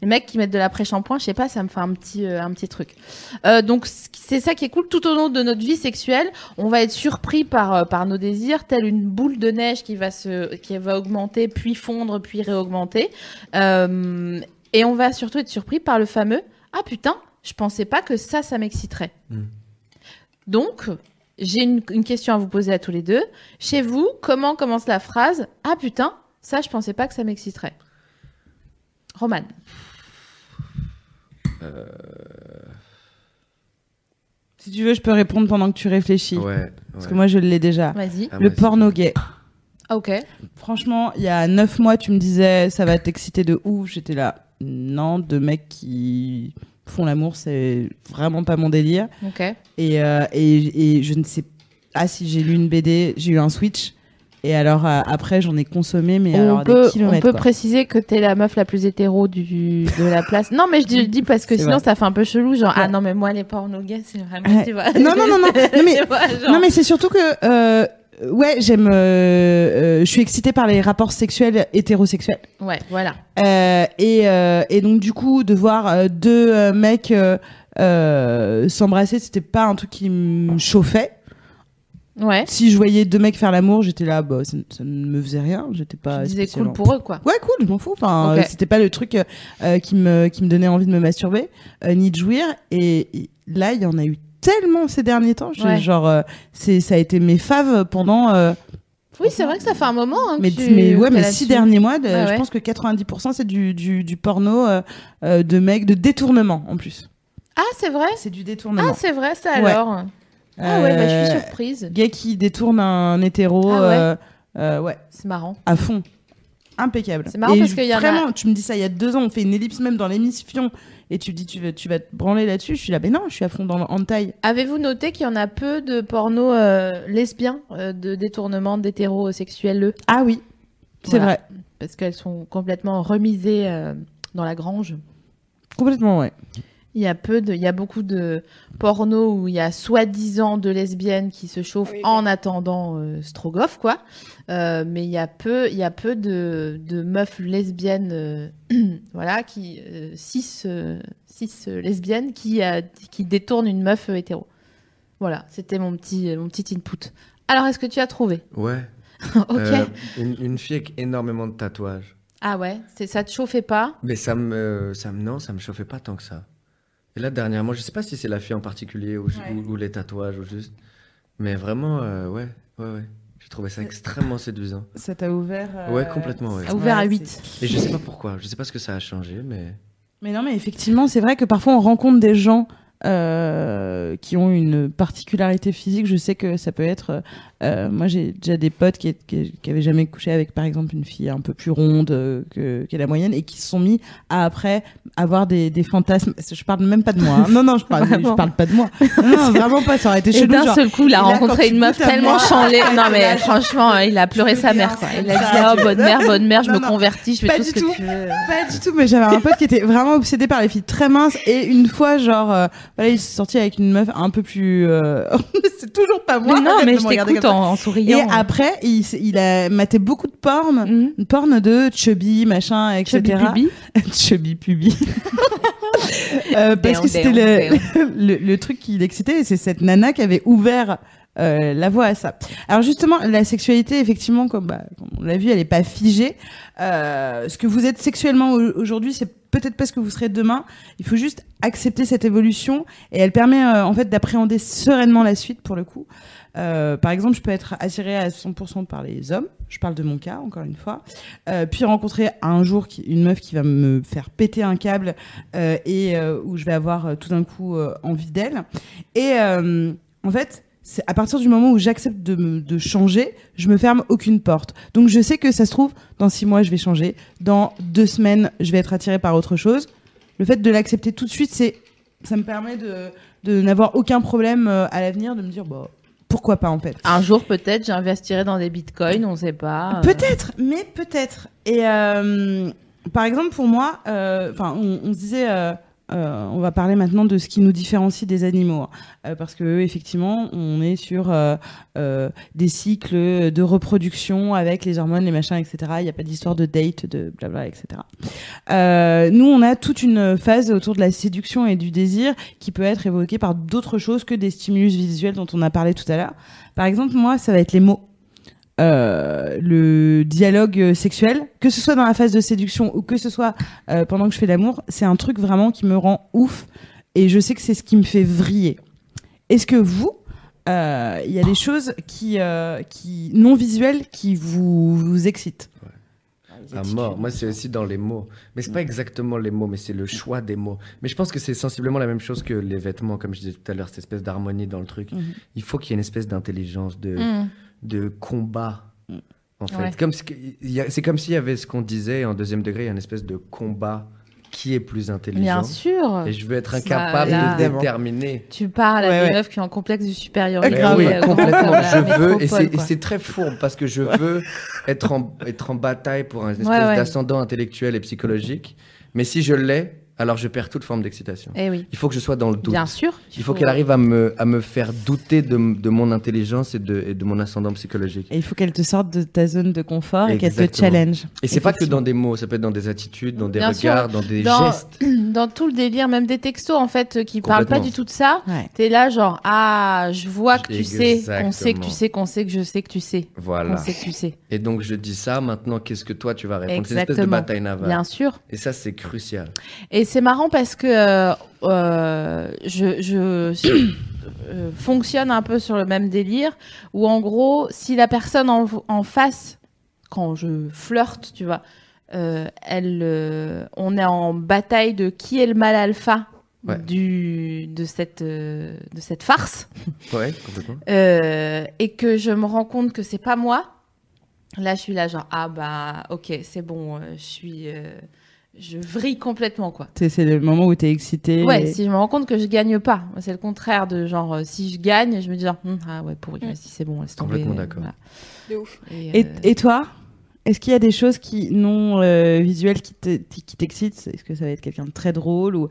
S2: Les mecs qui mettent de l'après-shampoing, je sais pas, ça me fait un petit, euh, un petit truc. Euh, donc c- c'est ça qui est cool tout au long de notre vie sexuelle. On va être surpris par, euh, par nos désirs, telle une boule de neige qui va, se, qui va augmenter, puis fondre, puis réaugmenter. Euh, et on va surtout être surpris par le fameux Ah putain, je pensais pas que ça, ça m'exciterait.
S4: Mm.
S2: Donc, j'ai une, une question à vous poser à tous les deux. Chez vous, comment commence la phrase Ah putain, ça, je pensais pas que ça m'exciterait Roman.
S3: Si tu veux, je peux répondre pendant que tu réfléchis.
S4: Ouais. ouais.
S3: Parce que moi, je l'ai déjà.
S2: Vas-y.
S4: Ah,
S3: Le
S4: moi, c'est-
S3: porno gay.
S2: Ah, ok.
S3: Franchement, il y a 9 mois, tu me disais, ça va t'exciter de ouf. J'étais là, non, deux mecs qui font l'amour, c'est vraiment pas mon délire.
S2: Ok.
S3: Et, euh, et, et je ne sais Ah si, j'ai lu une BD, j'ai eu un Switch. Et alors, euh, après, j'en ai consommé, mais
S2: on
S3: alors
S2: peut,
S3: des kilomètres.
S2: on peut
S3: quoi.
S2: préciser que t'es la meuf la plus hétéro du, de la place. Non, mais je dis, je dis parce que
S3: C'est
S2: sinon
S3: vrai.
S2: ça fait un peu chelou, genre ah
S3: Ouais.
S2: non mais moi les pornos gays c'est vraiment
S3: Ouais.
S2: tu vois.
S3: Non, non, non, non. Non, mais-
S2: Tu vois, genre.
S3: Non mais c'est surtout que euh, ouais j'aime euh, euh, je suis excitée par les rapports sexuels hétérosexuels
S2: Ouais, voilà.
S3: Euh, et, euh, et donc du coup de voir euh, deux euh, mecs euh, euh, s'embrasser c'était pas un truc qui me chauffait
S2: Ouais.
S3: si je voyais deux mecs faire l'amour j'étais là bah ça, ça ne me faisait rien j'étais
S2: Tu
S3: pas
S2: disais cool
S3: Ah, spécialement-
S2: pour eux quoi.
S3: Ouais, cool, je m'en fous. Enfin,
S2: Ok.
S3: euh, c'était pas le truc euh, euh, qui me qui me donnait envie de me masturber euh, ni de jouir. Et, et là, il y en a eu tellement ces derniers temps. Je-
S2: Ouais.
S3: Genre, euh, c'est ça a été mes faves pendant. euh,
S2: Oui, c'est vrai que ça fait un moment. Hein, que
S3: mais,
S2: tu-
S3: mais ouais,
S2: que
S3: mais
S2: là-dessus.
S3: six derniers mois, de-
S2: Ouais, ouais.
S3: je pense que 90% c'est du, du du porno euh, euh, de mecs de détournement en plus.
S2: Ah c'est vrai.
S3: C'est du
S2: Ah
S3: détournement.
S2: c'est vrai ça
S3: Ouais.
S2: alors. Ah ouais, bah, je suis
S3: Euh,
S2: surprise.
S3: Gay qui détourne un hétéro.
S2: Ah ouais.
S3: euh, euh, ouais.
S2: C'est marrant.
S3: à fond. Impeccable.
S2: C'est marrant
S3: Et
S2: parce qu'il y en a-
S3: Vraiment, tu me dis ça il y a deux ans, on fait une ellipse même dans l'émission, et tu me dis tu vas, tu vas te branler là-dessus. Je suis là, mais non, je suis à fond dans le hentai.
S2: Avez-vous noté qu'il y en a peu de pornos euh, lesbiens euh, de détournement d'hétérosexuels
S3: Ah oui, c'est
S2: Voilà.
S3: vrai.
S2: parce qu'elles sont complètement remisées euh, dans la grange.
S3: Complètement, ouais.
S2: Il y a peu de, il y a beaucoup de porno où il y a soi-disant de lesbiennes qui se chauffent
S5: Oui, oui.
S2: en attendant euh, Strogoff, quoi. Euh, mais il y a peu, il y a peu de, de meufs lesbiennes, euh, voilà, qui euh, cis, euh, cis, euh, lesbiennes qui euh, qui détournent une meuf euh, hétéro. Voilà, c'était mon petit mon petit input. Alors, est-ce que tu as trouvé
S4: Ouais.
S2: Ok.
S4: Euh, une, une fille avec énormément de tatouages.
S2: Ah ouais, c'est ça te chauffait pas
S4: Mais ça me, ça me, non, ça me chauffait pas tant que ça. Et là, dernièrement, je sais pas si c'est la fille en particulier ou, ou- ou les tatouages ou juste. Mais vraiment, euh, ouais, ouais, ouais. J'ai trouvé ça extrêmement séduisant.
S3: Ça t'a ouvert. euh,
S4: Ouais, complètement, ouais.
S2: Ça a ouvert à
S3: c'est-
S2: 8.
S4: Et je sais pas pourquoi, je sais pas ce que ça a changé, mais.
S3: Mais non, mais effectivement, c'est vrai que parfois on rencontre des gens euh, qui ont une particularité physique. Je sais que ça peut être. euh, moi, j'ai déjà des potes qui, qui, qui avaient jamais couché avec, par exemple, une fille un peu plus ronde euh, que, que la moyenne et qui se sont mis à après avoir des, des fantasmes. Je parle même pas de moi. hein. Non, non, je parle, je
S2: Vraiment. Eh
S3: parle pas de moi. Non, non, vraiment pas. Ça aurait été
S2: Et
S3: chelou.
S2: d'un
S3: genre,
S2: seul coup, il a
S3: Et là, quand
S2: rencontré
S3: tu
S2: une meuf
S3: goûtes à
S2: tellement
S3: moi,
S2: chanlée.
S3: t'as
S2: Non,
S3: été
S2: mais
S3: là,
S2: franchement, hein, il a pleuré
S3: te
S2: sa
S3: mets
S2: mère,
S3: en
S2: quoi.
S3: scène,
S2: Il a dit,
S3: ça,
S2: oh,
S3: tu-
S2: bonne mère, bonne mère, je
S3: Non,
S2: me
S3: non,
S2: convertis, je fais
S3: pas
S2: tout
S3: du
S2: ce que
S3: tout.
S2: tu veux.
S3: Pas du tout, mais j'avais un pote qui était vraiment obsédé par les filles très minces et une fois, genre, euh, voilà, il s'est sorti avec une meuf un peu plus. euh, c'est toujours pas moi.
S2: Mais non,
S3: arrête
S2: mais
S3: de
S2: je
S3: me regarder
S2: t'écoute
S3: comme ça.
S2: en, en
S3: Et
S2: souriant. hein.
S3: après, il, s- il a maté beaucoup de porn,
S2: Mhm.
S3: porn de chubby, machin, etc.
S2: Chubby Pubi.
S3: chubby pubi. Euh, parce
S2: Damn,
S3: que c'était
S2: damn,
S3: le, le, le truc qui l'excitait, et c'est cette nana qui avait ouvert euh, la voie à ça. Alors justement, la sexualité, effectivement, comme, bah, comme on l'a vu, elle n'est pas figée. Euh, ce que vous êtes sexuellement au- aujourd'hui, c'est peut-être pas ce que vous serez demain. Il faut juste accepter cette évolution et elle permet euh, en fait d'appréhender sereinement la suite pour le coup. Euh, par exemple, je peux être attirée à 100% par les hommes. Je parle de mon cas, encore une fois. Euh, puis rencontrer un jour qui- une meuf qui va me faire péter un câble euh, et euh, où je vais avoir euh, tout d'un coup euh, envie d'elle. Et euh, en fait, c'est à partir du moment où j'accepte de, me- de changer, je me ferme aucune porte. Donc je sais que ça se trouve, dans six mois, je vais changer. Dans deux semaines, je vais être attirée par autre chose. Le fait de l'accepter tout de suite, c'est, ça me permet de, de n'avoir aucun problème euh, à l'avenir, de me dire, bah, pourquoi pas en fait.
S2: Un jour, peut-être, j'investirai dans des bitcoins, on sait pas. euh.
S3: Peut-être, mais peut-être. Et euh, par exemple, pour moi, euh, 'fin, on, on se disait, euh, euh, on va parler maintenant de ce qui nous différencie des animaux, hein. Euh, parce que effectivement, on est sur euh, euh, des cycles de reproduction avec les hormones, les machins, etc. Il n'y a pas d'histoire de date, de blabla, etc. Euh, nous, on a toute une phase autour de la séduction et du désir qui peut être évoquée par d'autres choses que des stimulus visuels dont on a parlé tout à l'heure. Par exemple, moi, ça va être les mots euh, le dialogue euh, sexuel, que ce soit dans la phase de séduction ou que ce soit euh, pendant que je fais l'amour, c'est un truc vraiment qui me rend ouf et je sais que c'est ce qui me fait vriller. Est-ce que vous, euh, il y a des choses qui, euh, qui non visuelles qui vous, vous excitent
S4: À mort. Moi, c'est aussi dans les mots. Mais c'est pas
S2: Mm.
S4: exactement les mots, mais c'est le choix des mots. Mais je pense que c'est sensiblement la même chose que les vêtements, comme je disais tout à l'heure, cette espèce d'harmonie dans le truc.
S3: Mhm.
S4: Il faut qu'il y ait une espèce d'intelligence, de,
S2: Mm.
S4: de combat, en fait.
S2: Ouais.
S4: Comme ce que- il y a- c'est comme s'il y avait ce qu'on disait en deuxième degré, il y a une espèce de combat qui est plus intelligent.
S2: Bien sûr.
S4: Et je veux être
S2: Ça,
S4: incapable
S2: là.
S4: de déterminer.
S2: Tu parles à
S3: Ouais,
S2: des
S3: ouais.
S2: meufs qui ont un complexe du supérieur.
S3: Euh,
S4: Mais
S3: grave.
S4: oui,
S3: Ouais,
S4: complètement.
S2: Voilà,
S4: Je veux, et
S2: métropole,
S4: c'est- et
S2: quoi.
S4: c'est très fourbe parce que je veux être en, être en bataille pour un espèce
S2: Ouais, ouais.
S4: d'ascendant intellectuel et psychologique. Mais si je l'ai, alors je perds toute forme d'excitation.
S2: Eh oui.
S4: Il faut que je sois dans le doute.
S2: Bien sûr.
S4: Il faut qu'elle arrive à me, à me faire douter de, m- de mon intelligence et de, et de mon ascendant psychologique.
S3: Et il faut qu'elle te sorte de ta zone de confort et qu'elle te
S4: Exactement.
S3: challenge.
S4: Et c'est pas que dans des mots, ça peut être dans des attitudes, dans des
S2: Bien sûr.
S4: regards, dans des
S2: Dans-
S4: gestes.
S2: Dans tout le délire, même des textos, en fait, euh, qui parlent pas
S4: Complètement.
S2: du tout de ça.
S3: Ouais.
S2: T'es là, genre, ah, je vois que tu sais, qu'on sait que
S4: Exactement.
S2: tu sais, qu'on sait que je sais que tu sais.
S4: Voilà.
S2: Qu'on sait que tu sais.
S4: Et donc je dis ça, maintenant qu'est-ce que toi tu vas répondre C'est une espèce de
S2: Exactement.
S4: bataille navale.
S2: Bien sûr.
S4: Et ça c'est crucial.
S2: Et c'est marrant parce que euh, euh, je, je euh, fonctionne un peu sur le même délire où en gros, si la personne en, en face, quand je flirte, tu vois, euh, elle, euh, on est en bataille de qui est le mal alpha
S4: Ouais.
S2: du, de, cette, euh, de cette farce.
S4: Ouais, complètement.
S2: Euh, et que je me rends compte que c'est pas moi, là je suis là genre ah bah ok c'est bon euh, je suis euh, je vrille complètement quoi.
S3: C'est- C'est le moment où tu es excité.
S2: Ouais,
S3: et-
S2: si je me rends compte que je gagne pas, Moi, c'est le contraire de genre euh, si je gagne, je me dis genre Hum, ah ouais pourri,
S5: Mm.
S2: vas-y, c'est bon, laisse tomber.
S4: Complètement
S2: euh,
S4: d'accord.
S2: voilà.
S5: De ouf.
S2: Et,
S3: Et,
S2: euh,
S3: et toi Est-ce qu'il y a des choses qui non euh, visuelles qui te- qui t'excitent Est-ce que ça va être quelqu'un de très drôle ou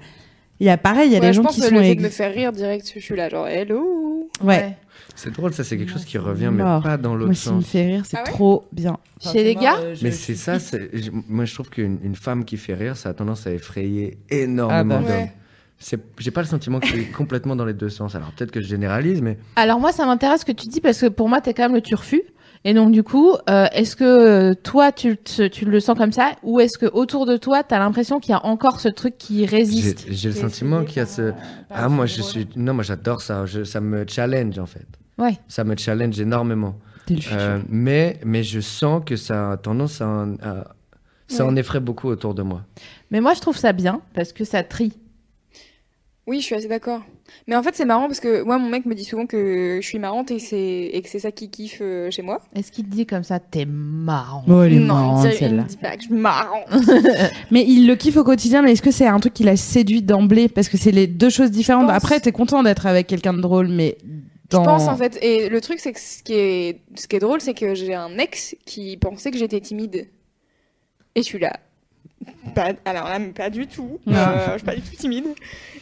S3: Il y a pareil, il y a
S5: Ouais,
S3: des
S5: je
S3: gens
S5: pense
S3: qui
S5: que
S3: sont
S5: le fait
S3: ex-
S5: de me faire rire direct, je suis là, genre hello.
S3: ouais.
S4: C'est drôle, ça, c'est quelque
S2: Moi,
S4: chose qui
S2: c'est
S4: revient, mais
S3: mort.
S4: pas dans
S3: Moi,
S4: l'autre
S3: ça me
S4: sens.
S3: fait rire, c'est
S5: Ah ouais
S3: trop bien.
S2: Chez les gars
S4: Mais c'est ça, c'est- je- moi je trouve qu'une une femme qui fait rire, ça a tendance à effrayer énormément
S3: Ah bah.
S4: d'hommes.
S5: Ouais.
S4: C'est- J'ai pas le sentiment que c'est complètement dans les deux sens. Alors peut-être que je généralise, mais
S2: Alors moi, ça m'intéresse ce que tu dis parce que pour moi, t'es quand même le turfu. Et donc du coup, euh, est-ce que euh, toi, tu, le- tu le sens comme ça ou est-ce que autour de toi, t'as l'impression qu'il y a encore ce truc qui
S4: j'ai
S2: résiste
S4: j'ai le sentiment qu'il y a ce. Ah, moi je suis. Non, moi j'adore ça. Je- ça me challenge en fait.
S2: Ouais.
S4: Ça me challenge énormément.
S3: T'es le futur.
S4: Euh, mais, mais je sens que ça a tendance à. en- à- ça
S5: Ouais.
S4: en effraie beaucoup autour de moi.
S2: Mais moi, je trouve ça bien parce que ça trie.
S5: Oui, je suis assez d'accord. Mais en fait, c'est marrant parce que moi, mon mec me dit souvent que je suis marrante et, c'est... et que c'est ça qui kiffe euh, chez moi.
S2: Est-ce qu'il te dit comme ça T'es marrant.
S3: Oh, elle est
S5: non,
S3: marrante,
S5: il me dit- il
S3: celle-là.
S5: me dit pas que je suis marrante.
S3: Mais il le kiffe au quotidien, mais est-ce que c'est un truc qui l'a séduit d'emblée Parce que c'est les deux choses différentes.
S5: pense.
S3: Après, t'es content d'être avec quelqu'un de drôle, mais dans...
S5: Je pense en fait. Et le truc, c'est que ce qui est, ce qui est drôle, c'est que j'ai un ex qui pensait que j'étais timide. Et je suis là. Pas- Alors là, mais pas du tout.
S3: Non.
S5: Euh, je suis pas du tout timide.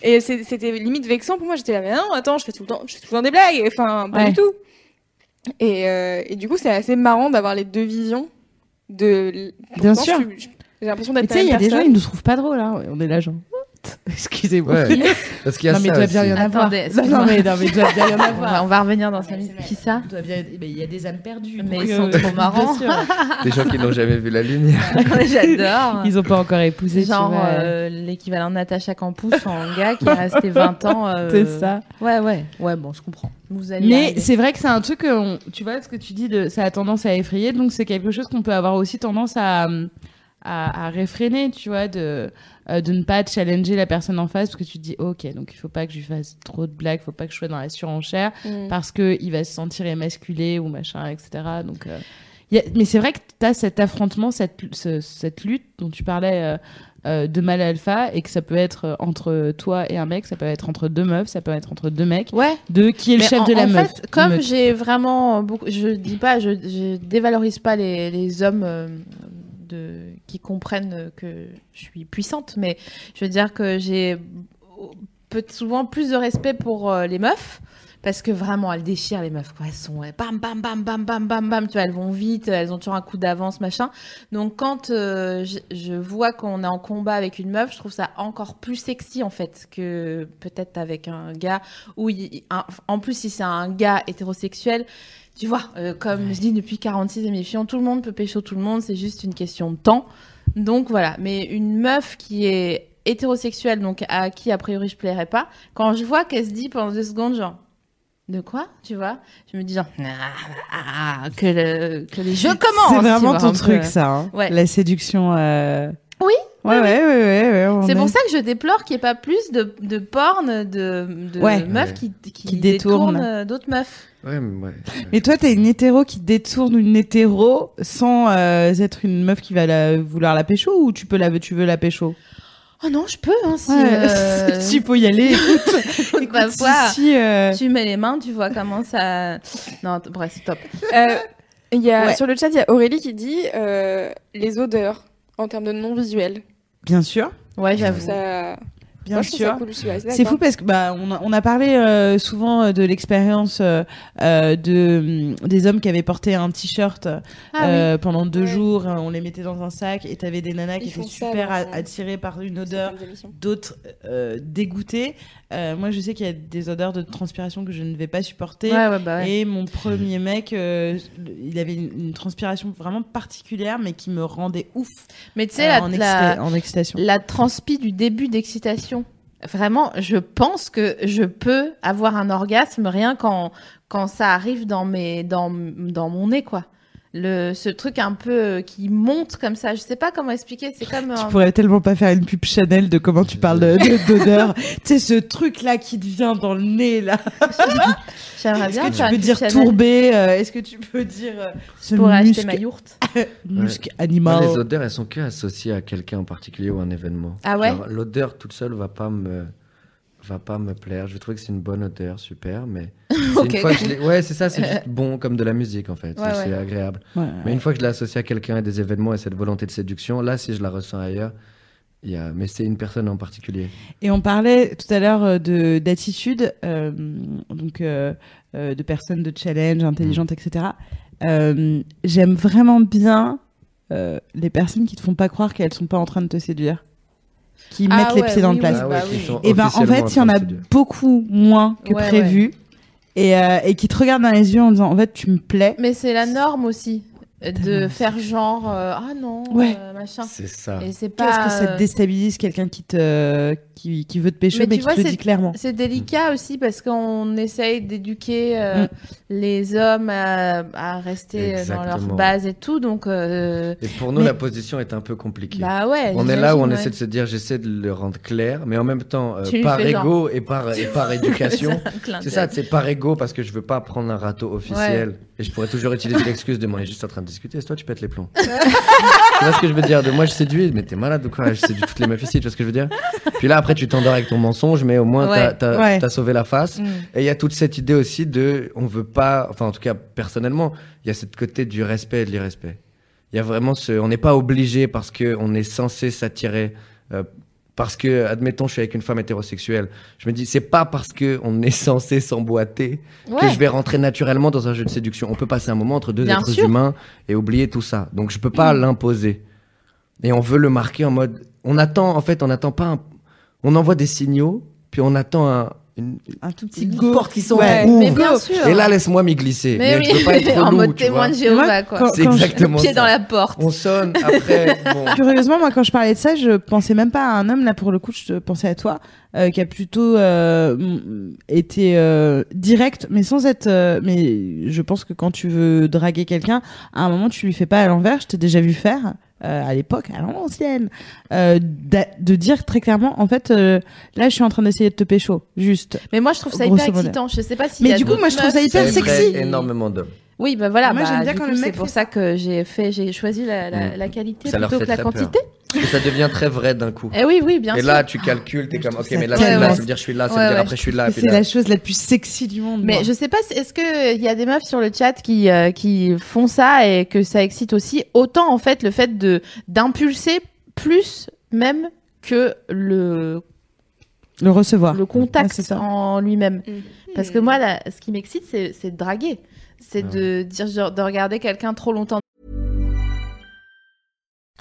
S5: Et c'est- c'était limite vexant pour moi. J'étais là, mais non, attends, je fais tout le temps, je fais tout le temps des blagues. Enfin, pas
S3: Ouais.
S5: du tout. Et, euh, et du coup, c'est assez marrant d'avoir les deux visions. De l-
S3: Bien
S5: pourtant,
S3: sûr.
S5: je suis- J'ai l'impression
S3: Mais
S5: d'être
S3: tu
S5: la
S3: sais, il y a
S5: même
S3: des gens,
S5: personne.
S3: ils nous trouvent pas drôles. Hein. On est là, genre... what Excusez-moi.
S4: Ouais. Parce qu'il y a
S3: non, mais
S4: ça.
S3: il doit
S4: aussi.
S3: bien y en avoir.
S2: Attendez,
S3: non,
S2: excuse-moi.
S3: non, mais, non, mais il doit bien y en
S2: On va,
S3: avoir.
S2: on va revenir dans sa
S5: Ouais,
S2: minute.
S5: c'est
S2: Qui ça
S3: Il doit bien- eh ben, il y a des âmes perdues.
S2: Mais
S3: donc, euh,
S2: ils sont trop marrants.
S3: bien sûr.
S4: Des gens qui n'ont jamais vu la lumière.
S2: J'adore.
S3: Ils ont pas encore épousé,
S2: C'est
S3: tu
S2: genre
S3: vois.
S2: euh, l'équivalent de Natacha Campouche en gars qui est resté 20 ans. euh,
S3: C'est ça.
S2: Ouais, ouais. Ouais, bon, je comprends. Vous allez
S3: Mais
S2: arriver.
S3: c'est vrai que c'est un truc, que
S6: euh,
S3: on- tu vois, ce que tu dis, de, ça a tendance à effrayer, donc c'est quelque chose qu'on peut avoir aussi tendance à,
S6: à, à réfréner, tu vois, de, euh, de ne pas challenger la personne en face parce que tu te dis, ok, donc il faut pas que je lui fasse trop de blagues, faut pas que je sois dans la surenchère
S5: Mm.
S6: parce que il va se sentir émasculé ou machin, etc. Donc, euh, y a- mais c'est vrai que tu as cet affrontement, cette, ce- cette lutte dont tu parlais euh, euh, de mal alpha et que ça peut être euh, entre toi et un mec, ça peut être entre deux meufs, ça peut être entre deux mecs,
S2: Ouais.
S6: de qui est le
S2: Mais
S6: chef
S2: en-
S6: de la
S2: en
S6: meuf.
S2: fait, comme
S6: meute.
S2: j'ai vraiment beaucoup, je dis pas, je, je dévalorise pas les, les hommes euh, de, qui comprennent que je suis puissante, mais je veux dire que j'ai peu- souvent plus de respect pour euh, les meufs. Parce que vraiment, elles déchirent les meufs. Quoi. Elles sont euh, bam, bam, bam, bam, bam, bam, bam. Tu vois, elles vont vite, elles ont toujours un coup d'avance, machin. Donc, quand euh, je, je vois qu'on est en combat avec une meuf, je trouve ça encore plus sexy, en fait, que peut-être avec un gars où il- un- en plus si c'est un gars hétérosexuel tu vois euh, comme je dis depuis 46 émissions tout le monde peut pécho tout le monde c'est juste une question de temps donc voilà mais une meuf qui est hétérosexuelle donc à qui a priori je plairais pas quand je vois qu'elle se dit pendant deux secondes genre de quoi tu vois je me dis genre Ah, ah, que, le- que les jeux commencent
S3: C'est
S2: tu
S3: vraiment
S2: vois, un
S3: ton
S2: peu.
S3: truc, ça. hein.
S2: Ouais.
S3: La séduction. euh,
S2: Oui,
S3: Ouais, ouais, ouais, ouais, ouais, on
S2: c'est
S3: est-
S2: pour ça que je déplore qu'il n'y ait pas plus de, de porn de, de
S3: Ouais.
S2: meufs
S4: Ouais.
S2: qui, qui,
S3: Qui détournent.
S2: détournent, euh, d'autres meufs.
S4: Ouais, mais ouais.
S3: Mais toi, t'es une hétéro qui détourne une hétéro sans euh, être une meuf qui va la- vouloir la pécho ou tu peux la, tu veux la pécho
S2: Oh non, je peux, hein, si, euh, bah,
S3: Si faut y aller, écoute,
S2: Faut
S3: écoute,
S2: pas
S3: si,
S2: voir.
S3: si, euh,
S2: Tu mets les mains, tu vois comment ça. Non, t- bref, stop.
S5: Euh, il y a,
S3: hein. Ouais.
S5: Sur le chat, il y a Aurélie qui dit euh, les odeurs en termes de non-visuel.
S3: bien sûr,
S2: Ouais, j'avoue.
S5: Ça...
S3: bien
S5: Moi, je trouve ça
S3: sûr.
S5: cool, je suis assez
S3: C'est
S5: d'accord.
S3: fou parce que bah on a, on a parlé euh, souvent euh, de l'expérience euh, euh, de hum, des hommes qui avaient porté un t-shirt
S2: Ah
S3: euh, pendant deux
S5: Ouais.
S3: jours, hein, on les mettait dans un sac et t'avais des nanas qui
S5: Ils
S3: étaient
S5: font ça,
S3: super
S5: dans-
S3: a- attirées par une
S5: C'est
S3: odeur
S5: comme des émissions.
S3: d'autres euh, dégoûtées. Euh, moi, je sais qu'il y a des odeurs de transpiration que je ne vais pas supporter.
S2: oui. Ouais, ouais, bah ouais.
S3: Et mon premier mec, euh, il avait une, une transpiration vraiment particulière, mais qui me rendait ouf
S2: Mais tu sais,
S3: euh,
S2: la,
S3: en,
S2: la,
S3: excita- en excitation.
S2: la transpi du début d'excitation. Vraiment, je pense que je peux avoir un orgasme rien quand, quand ça arrive dans, mes, dans, dans mon nez, quoi. Le, ce truc un peu euh, qui monte comme ça. Je sais pas comment expliquer. C'est comme. euh,
S3: Tu
S2: un-
S3: pourrais tellement pas faire une pub Chanel de comment tu parles de- de- d'odeur. tu sais, ce truc-là qui te vient dans le nez, là.
S2: J'aimerais
S3: Est-ce
S2: bien
S3: que
S2: faire
S3: tu peux
S2: une
S3: dire
S2: Chanel
S3: tourbé euh, Est-ce que tu peux dire euh, ce
S2: pour acheter
S3: musc,
S2: ma yourte.
S3: musc
S4: Moi,
S3: animal
S4: Bah, les odeurs, elles sont que associées à quelqu'un en particulier ou à un événement.
S2: Ah ouais
S4: Genre, L'odeur toute seule va pas me va pas me plaire. Je vais trouver que c'est une bonne odeur, super, mais c'est
S2: Ok.
S4: une fois que je l'ai- ouais, c'est ça, c'est juste bon comme de la musique en fait,
S2: Ouais,
S4: c'est c'est
S2: ouais.
S4: agréable.
S3: Ouais.
S4: Mais une fois que je l'associe à quelqu'un et des événements et cette volonté de séduction, là, si je la ressens ailleurs, il y a... mais c'est une personne en particulier.
S3: Et on parlait tout à l'heure euh, de d'attitude, euh, donc euh, euh, de personnes de challenge, intelligentes,
S4: Mm.
S3: etc. Euh, J'aime vraiment bien euh, les personnes qui te font pas croire qu'elles sont pas en train de te séduire, qui
S2: Ah
S3: mettent les
S2: ouais,
S3: pieds dans
S2: oui,
S3: le plat.
S2: oui. bah
S4: qui sont
S3: Et ben en
S4: Ah, officiellement
S3: fait, il y en
S4: train
S3: a
S4: de se dire.
S3: beaucoup moins que
S2: Ouais, ouais.
S3: prévu. Et, euh, et qui te regardent dans les yeux en disant en fait tu me plais
S2: Mais c'est la norme aussi euh, de
S3: Tellement.
S2: faire genre euh, ah non
S3: Ouais.
S2: euh, machin.
S4: C'est ça.
S2: Et c'est
S3: qu'est-ce
S2: pas
S3: que ça
S2: euh,
S3: te déstabilise quelqu'un qui te qui, qui veut te pécho
S2: Mais
S3: mais,
S2: tu
S3: qui
S2: vois,
S3: te le
S2: c'est-
S3: dit clairement
S2: c'est délicat aussi parce qu'on essaye d'éduquer euh,
S4: Mm.
S2: les hommes à, à rester euh,
S4: Exactement.
S2: dans leur base et tout donc euh,
S4: Et pour nous,
S3: Mais-
S4: la position est un peu compliquée.
S2: bah ouais.
S4: on est là où on
S2: j'imagine, ouais.
S4: essaie de se dire, j'essaie de le rendre clair, mais en même temps, euh,
S2: Tu lui
S4: par
S2: fais genre.
S4: ego et par, et par éducation.
S2: Un clin
S4: C'est
S2: d'œil.
S4: ça, c'est par ego parce que je veux pas prendre un râteau officiel et je pourrais toujours utiliser l'excuse de moi, on est juste en train de discuter, c'est toi tu pètes les plombs. tu vois ce que je veux dire De moi je séduis, mais t'es malade ou quoi Je séduis toutes les meufs ici, tu vois ce que je veux dire Puis là après tu t'endors avec ton mensonge, mais au moins
S2: Ouais.
S4: t'as- t'as
S3: Ouais.
S4: t'as sauvé la face.
S2: Mm.
S4: Et il y a toute cette idée aussi de, on veut pas, enfin en tout cas personnellement, il y a cette côté du respect et de l'irrespect. Il y a vraiment ce, on n'est pas obligé parce que on est censé s'attirer. euh, parce que, admettons, je suis avec une femme hétérosexuelle. Je me dis, c'est pas parce que on est censé s'emboîter que
S2: Ouais.
S4: je vais rentrer naturellement dans un jeu de séduction. On peut passer un moment entre deux
S2: Bien
S4: êtres
S2: sûr. Mm.
S4: humains et oublier tout ça. Donc je peux pas l'imposer. Et on veut le marquer en mode, on attend en fait, on attend pas, un- on envoie des signaux, puis on attend un, une,
S3: un tout petit
S4: une
S3: go.
S4: porte qui s'ouvre.
S3: Ouais.
S2: Mais bien sûr.
S4: Et là, laisse-moi m'y glisser.
S2: mais
S4: Mais,
S2: oui,
S4: je veux pas être
S2: en
S4: relou,
S2: mode
S4: tu
S2: témoin
S4: vois.
S2: de Jéhovah
S3: Moi,
S2: quoi.
S3: quand-
S4: C'est
S3: je-
S4: exactement
S2: Pied
S4: ça.
S2: dans la porte.
S4: On sonne après. bon.
S3: Curieusement, moi, quand je parlais de ça, je pensais même pas à un homme. Là, pour le coup, je pensais à toi, euh, qui a plutôt euh, m- été euh, direct, mais sans être. euh, mais je pense que quand tu veux draguer quelqu'un, à un moment, tu lui fais pas à l'envers. Je t'ai déjà vu faire. euh, à l'époque, à l'ancienne, euh, d'a- de dire très clairement, en fait, euh, là, je suis en train d'essayer de te pécho, juste.
S2: Mais moi, je trouve ça
S3: Grosso
S2: hyper
S3: modo.
S2: excitant. Je sais pas si.
S3: Mais du coup, moi, je trouve ça hyper
S4: Ça
S3: sexy.
S4: effraie énormément d'hommes.
S2: Oui, bah voilà.
S3: Moi,
S2: bah,
S3: j'aime bien
S2: du
S3: quand
S2: coup,
S3: le
S2: C'est
S3: mec
S2: pour
S3: fait
S2: ça que j'ai fait, j'ai choisi la, la,
S4: Mm.
S2: la qualité
S4: Ça leur
S2: plutôt
S4: fait
S2: que la
S4: très peur.
S2: quantité.
S4: Et ça devient très vrai d'un coup.
S2: Eh oui, oui, bien
S4: Et
S2: sûr. Ah,
S4: là, tu calcules, t'es comme, ok, mais là,
S3: Ouais,
S4: je suis
S2: ouais.
S4: là, ça veut dire je suis là, ça
S2: Ouais,
S4: veut dire
S2: ouais.
S4: après je suis là. puis
S3: C'est
S4: là.
S3: la chose la plus sexy du monde.
S2: Mais
S3: moi.
S2: je sais pas, est-ce que euh, il y a des meufs sur le chat qui euh, qui font ça et que ça excite aussi autant en fait le fait de d'impulser plus même que le
S3: le recevoir.
S2: le
S3: Ah. Ouais,
S2: contact
S3: c'est ça.
S2: en lui-même. Parce que
S5: Hmm.
S2: moi, là, ce qui m'excite, c'est c'est de draguer, c'est
S4: Ah
S2: de dire genre, de regarder quelqu'un trop longtemps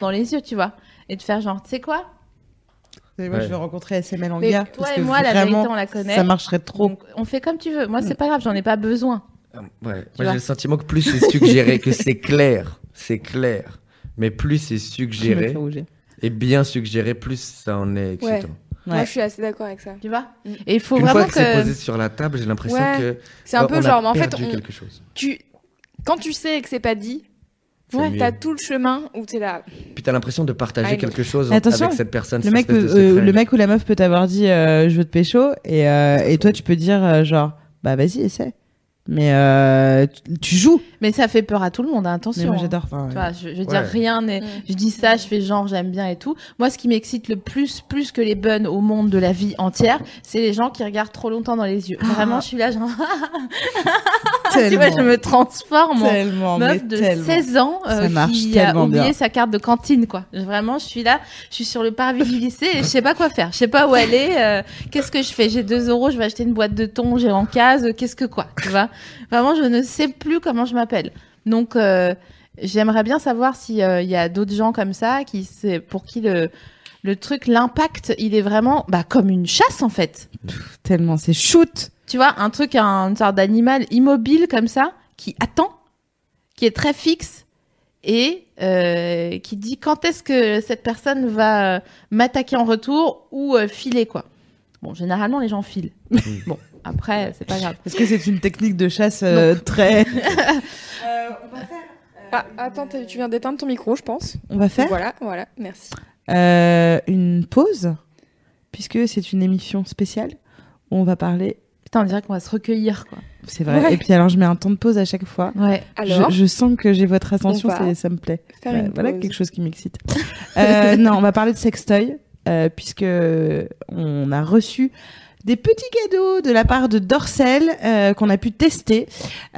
S2: dans les yeux, tu vois, et de faire genre, tu sais quoi
S3: Et moi,
S4: Ouais.
S3: je veux rencontrer SML en
S2: Mais
S3: gars.
S2: toi
S3: parce
S2: et
S3: que
S2: moi, la vérité,
S3: vraiment,
S2: on la connaît.
S3: Ça marcherait trop. Mm.
S2: Donc, on fait comme tu veux. Moi, c'est pas grave, j'en ai pas besoin.
S4: euh, Ouais.
S2: Tu
S4: Moi,
S2: vois.
S4: j'ai le sentiment que plus c'est suggéré, que c'est clair, c'est clair, mais plus c'est
S6: Je vais me
S4: suggéré
S6: faire rougir.
S4: et bien suggéré, plus ça en est excitant.
S5: Ouais. Moi,
S3: Ouais.
S5: je suis assez d'accord avec ça.
S2: Tu vois
S5: Mm.
S2: Et il faut
S4: Une
S2: vraiment
S4: fois que, c'est
S2: que-
S4: posé sur la table, j'ai l'impression
S5: Ouais.
S4: que
S5: C'est un
S4: euh, on
S5: peu
S4: a
S5: genre, mais en fait,
S4: perdu
S5: on-
S4: quelque chose.
S5: tu... quand tu sais que c'est pas dit,
S4: C'est
S5: ouais,
S4: mieux.
S5: t'as tout le chemin où t'es là.
S4: Puis t'as l'impression de partager
S5: Ah,
S4: quelque chose
S3: Attention,
S4: avec cette personne.
S3: Le
S4: cette
S3: mec, peut-
S4: espèce de
S3: euh,
S4: secret.
S3: le mec ou la meuf peut t'avoir dit euh, je veux te pécho et, euh, et toi tu peux dire euh, genre bah vas-y essaie mais euh, tu, tu joues
S2: Mais ça fait peur à tout le monde, hein,
S3: mais
S2: attention.
S3: moi
S2: hein.
S3: j'adore enfin,
S2: Tu
S3: ouais.
S2: vois, je, je veux dire
S4: Ouais.
S2: rien n'est. Je dis ça, je fais genre j'aime bien et tout. Moi, ce qui m'excite le plus, plus que les buns au monde de la vie entière, c'est les gens qui regardent trop longtemps dans les
S4: Ah,
S2: yeux. Vraiment, je suis là, genre, tu vois, je me transforme en
S3: tellement
S2: meuf
S3: mais
S2: de
S3: tellement.
S2: 16 ans euh,
S3: Ça marche
S2: qui a
S3: tellement
S2: oublié
S3: bien.
S2: sa carte de cantine, quoi. Je- Vraiment, je suis là, je suis sur le parvis du lycée et je sais pas quoi faire. Je sais pas où aller. euh, Qu'est-ce que je fais J'ai 2 euros, je vais acheter une boîte de thon, j'ai en case. euh, Qu'est-ce que quoi Tu vois Vraiment, je ne sais plus comment je m'appelle. Donc, euh, j'aimerais bien savoir s'il y a d'autres gens comme ça qui, c'est- pour qui le, le truc, l'impact, il est vraiment bah, comme une chasse en fait
S3: tellement c'est shoot
S2: tu vois, un truc, un, une sorte d'animal immobile comme ça, qui attend, qui est très fixe et euh, qui dit quand est-ce que cette personne va euh, m'attaquer en retour ou euh, filer, quoi. Bon, généralement, les gens filent. bon, après, c'est pas grave.
S3: parce que c'est une technique de chasse euh, très
S5: Ah, attends, t'as- tu viens d'éteindre ton micro, je pense.
S3: on va faire
S5: Voilà, voilà, merci.
S3: euh, une pause puisque c'est une émission spéciale où on va parler
S2: Putain, on dirait qu'on va se recueillir, quoi.
S3: c'est vrai
S5: Ouais.
S3: et puis alors je mets un temps de pause à chaque fois
S2: Ouais.
S5: Alors,
S3: je, je sens que j'ai votre attention
S5: on va
S3: c'est- ça me plaît
S5: faire
S3: Ouais,
S5: une
S3: Bah, voilà
S5: pause.
S3: quelque chose qui m'excite. Euh, non, on va parler de sextoy, euh, puisque on a reçu des petits cadeaux de la part de Dorsel euh, qu'on a pu tester.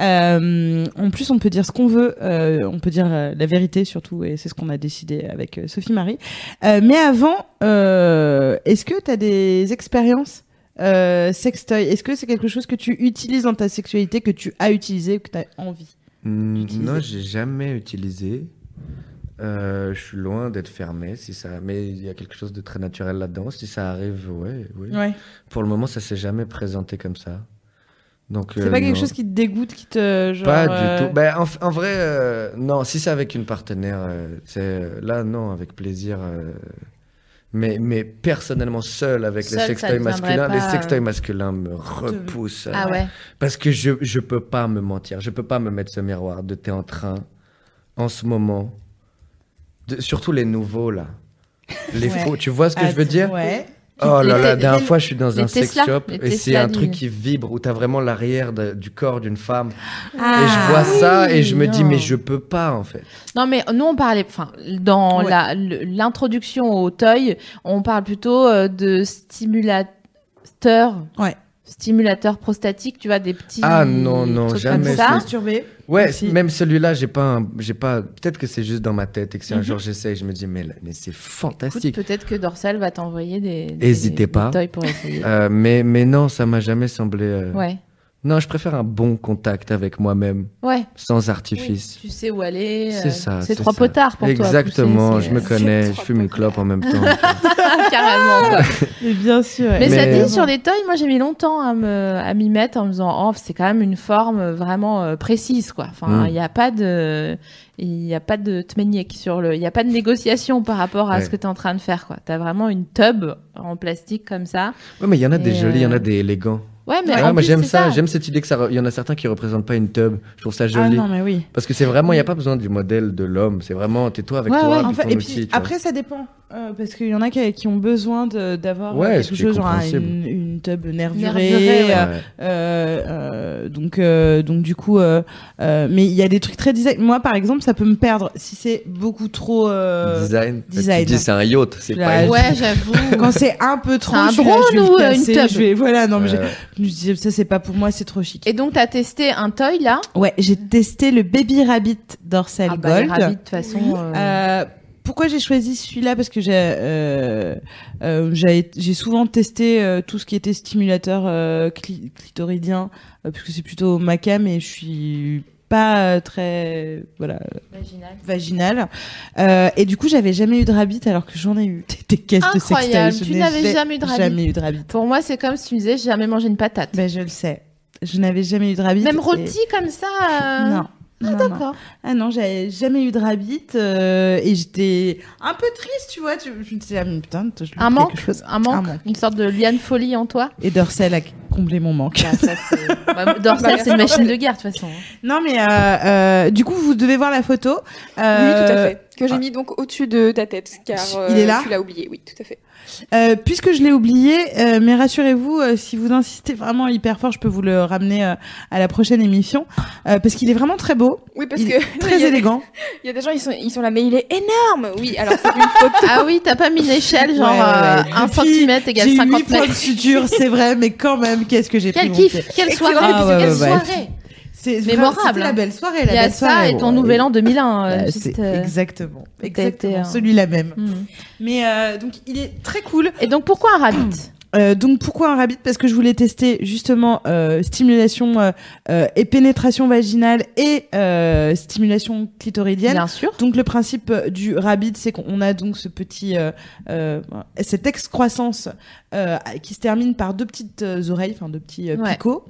S3: Euh, en plus, on peut dire ce qu'on veut, euh, on peut dire euh, la vérité surtout, et c'est ce qu'on a décidé avec euh, Sophie Marie. Euh, mais avant, euh, est-ce que tu as des expériences euh, sextoy Est-ce que c'est quelque chose que tu utilises dans ta sexualité, que tu as utilisé ou que tu as envie
S4: Hmm,
S3: Utilisé.
S4: Non, j'ai jamais utilisé. Euh, je suis loin d'être fermé, si ça. Mais il y a quelque chose de très naturel là-dedans. Si ça arrive, ouais, oui. Pour le moment, ça s'est jamais présenté comme ça. Donc.
S3: C'est
S4: euh,
S3: pas quelque
S4: non.
S3: chose qui te dégoûte, qui te genre,
S4: Pas
S3: euh,
S4: du tout. Ben, en, f- en vrai, euh, non. Si c'est avec une partenaire, euh, c'est euh, là, non, avec plaisir. euh, mais, mais personnellement, seul avec
S2: Seul,
S4: les
S2: ça
S4: sextoys
S2: deviendrait
S4: masculins, les
S2: pas, euh,
S4: sextoys masculins me repoussent.
S2: Ah ouais.
S4: Parce que je je peux pas me mentir, je peux pas me mettre ce miroir de t'es en train en ce moment. De- surtout les nouveaux là. Les
S3: Ouais.
S4: faux, tu vois ce que je veux
S3: Attends,
S4: dire
S3: ouais.
S4: Oh
S2: Les
S4: là
S2: te-
S4: là, la dernière
S2: les-
S4: fois je suis dans
S2: les
S4: un sex
S2: Tesla,
S4: shop
S2: les
S4: et c'est
S2: Tesla
S4: un truc
S2: du-
S4: qui vibre où t'as vraiment l'arrière de- du corps d'une femme et
S2: Ah,
S4: je vois ça et je me dis
S2: non.
S4: mais je peux pas en fait.
S2: Non, mais nous, on parlait, enfin, dans
S3: Ouais.
S2: la- le- l'introduction au toy, on parle plutôt euh, de stimulateur.
S3: Ouais.
S2: Stimulateur prostatique, tu vois, des petits.
S4: Ah non, non,
S2: trucs
S4: jamais
S2: Comme ça.
S4: Mais c'est- Ouais,
S3: Aussi.
S4: même celui-là, j'ai pas un- j'ai pas peut-être que c'est juste dans ma tête et que si un jour j'essaye, je me dis mais là- mais c'est
S2: Mhm. Écoute, euh,
S4: fantastique.
S2: peut-être que Dorsal va t'envoyer des, des-
S4: Hésitez
S2: des
S4: pas.
S2: toys pour essayer.
S4: Euh, mais mais non, ça m'a jamais semblé euh,
S2: ouais.
S4: Non, je préfère un bon contact avec moi-même,
S2: Ouais.
S4: sans artifice.
S6: Tu sais où aller. euh,
S4: C'est ça.
S2: C'est trois
S4: ça.
S2: potards pour toi.
S4: Exactement,
S2: pousser,
S4: je me
S2: c'est-
S4: connais,
S5: C'est
S4: je
S5: trois
S4: fume une
S5: potards.
S4: clope en même temps.
S2: Carrément.
S3: Mais bien sûr.
S2: Mais, ça
S4: Mais- euh,
S2: dit, sur les toys, moi j'ai mis longtemps à me à m'y mettre en me disant, oh, c'est quand même une forme vraiment euh, précise, quoi. Enfin,
S4: Mm.
S2: il n'y a pas de, il n'y a pas de tmeniek sur le, il n'y a pas de négociation par rapport à
S4: Ouais.
S2: ce que tu es en train de faire, quoi. T'as vraiment une tub en plastique comme ça.
S4: Ouais, mais il y en a
S2: Et
S4: des jolis, il y en
S2: euh,
S4: a des élégants.
S2: Ouais, mais
S4: Ouais,
S2: en
S4: moi
S2: plus,
S4: j'aime
S2: c'est
S4: ça, j'aime cette idée que ça. re- Il y en a certains qui représentent pas une tub. Je trouve ça
S3: Ah
S4: joli.
S3: non, mais oui.
S4: Parce que c'est vraiment, il n'y a pas besoin du modèle de l'homme. C'est vraiment, t'es toi avec
S3: Ouais,
S4: Ah, toi,
S3: ouais,
S4: puis
S3: en fait,
S4: ton
S3: et
S4: outil,
S3: puis
S4: tu vois.
S3: après, ça dépend. euh, parce qu'il y en a qui, qui ont besoin de- d'avoir
S4: Ouais,
S3: euh,
S4: ce
S3: quelque
S4: qui est
S3: chose, genre un-
S4: compréhensible.
S3: une, une tub nervurée.
S2: Nervurée, ouais.
S3: euh,
S4: Ouais.
S3: euh, euh, donc, euh, donc du coup, euh, euh, mais il y a des trucs très design. Moi, par exemple, ça peut me perdre si c'est beaucoup trop. euh,
S4: design.
S3: design.
S4: Tu dis, c'est un yacht, c'est
S3: Là,
S4: pas
S2: ça.
S4: une-
S2: Ouais, j'avoue.
S3: quand c'est un peu trop.
S2: un
S3: je suis là,
S2: drone
S3: je vais le
S2: ou, euh, une
S3: casser,
S2: tub
S3: je vais- Voilà, non, mais
S4: Ouais.
S3: je, je me disais, ça c'est pas pour moi, c'est trop chic.
S2: Et donc t'as testé un toy là,
S3: Ouais, j'ai testé le Baby Rabbit Dorsal
S2: Ah bah, les
S3: Gold.
S2: rabbits, de toute façon. euh,
S3: Euh, pourquoi j'ai choisi celui-là Parce que j'ai euh, euh, j'ai j'ai souvent testé euh, tout ce qui était stimulateur euh, cli- clitoridien, euh, parce que c'est plutôt ma cam et je suis pas euh, très voilà
S2: vaginal.
S3: vaginale. Euh, et du coup, j'avais jamais eu de rabbit alors que j'en ai eu des, des caisses
S2: Incroyable,
S3: de sextoy. Je
S2: tu
S3: n'ai
S2: n'avais jamais eu de rabbit.
S3: Jamais eu de rabbit.
S2: Pour moi, c'est comme si tu me disais, j'ai jamais mangé une patate.
S3: Ben, je le sais. Je n'avais jamais eu de rabbit.
S2: Même
S3: et-
S2: rôti comme ça. euh,
S3: Non. non,
S2: Ah
S3: non.
S2: d'accord.
S3: Ah non, j'avais jamais eu de rabbit euh, et j'étais un peu triste, tu vois. Tu, je me disais, ah, mais putain, je loupe
S2: Un manque,
S3: quelque chose.
S2: un manque,
S3: Un manque.
S2: une sorte de liane folie en toi.
S3: Et Dorsel a comblé mon manque.
S2: Bah, ça, c'est- bah, Dorsal, c'est une machine de guerre de toute façon. hein.
S3: Non, mais euh, euh, du coup, vous devez voir la photo.
S5: Oui, tout à
S3: Euh,
S5: fait. Que j'ai
S3: ah.
S5: mis donc au-dessus de ta tête, car
S3: Il
S5: euh,
S3: est là
S5: tu l'as oublié. Oui, tout à fait.
S3: euh, puisque je l'ai oublié, euh, mais rassurez-vous, euh, si vous insistez vraiment hyper fort, je peux vous le ramener euh, à la prochaine émission euh, parce qu'il est vraiment très beau,
S5: Oui, parce
S3: Il
S5: que il
S3: très
S5: y a-
S3: élégant.
S5: Il y a des gens, ils sont, ils sont là, mais il est énorme. Oui, alors c'est une photo.
S2: Ah oui, t'as pas mis l'échelle, genre
S3: Ouais, ouais, ouais.
S2: 1
S3: Depuis,
S2: cm égale
S3: J'ai eu 8
S2: 50
S3: points de
S2: mètres.
S3: suture, c'est vrai, mais quand même, qu'est-ce que j'ai pris
S2: Quel
S3: mon
S2: kiff,
S3: pied.
S2: quelle
S5: Excellent
S2: soirée,
S3: épisode. Ouais,
S2: quelle
S3: ouais, ouais.
S2: soirée.
S3: C'est vrai,
S2: Mémorable,
S3: C'était la
S2: hein.
S3: belle soirée, la
S2: Il y a
S3: belle soirée.
S2: ça et
S3: bon,
S2: ton
S3: euh,
S2: nouvel an 2001. euh,
S3: Bah,
S2: juste,
S3: c'est
S2: euh,
S3: exactement,
S2: été
S3: exactement,
S2: un-
S3: celui-là même.
S2: hmm.
S3: Mais euh, donc il est très cool.
S2: Et donc pourquoi un rabbit
S3: Euh, donc pourquoi un rabbit Parce que je voulais tester justement euh, stimulation euh, euh, et pénétration vaginale et euh, stimulation clitoridienne.
S2: Bien sûr.
S3: Donc le principe euh, du rabbit, c'est qu'on a donc ce petit, euh, euh, cette excroissance euh, qui se termine par deux petites euh, oreilles, enfin deux petits euh,
S2: Ouais.
S3: picots,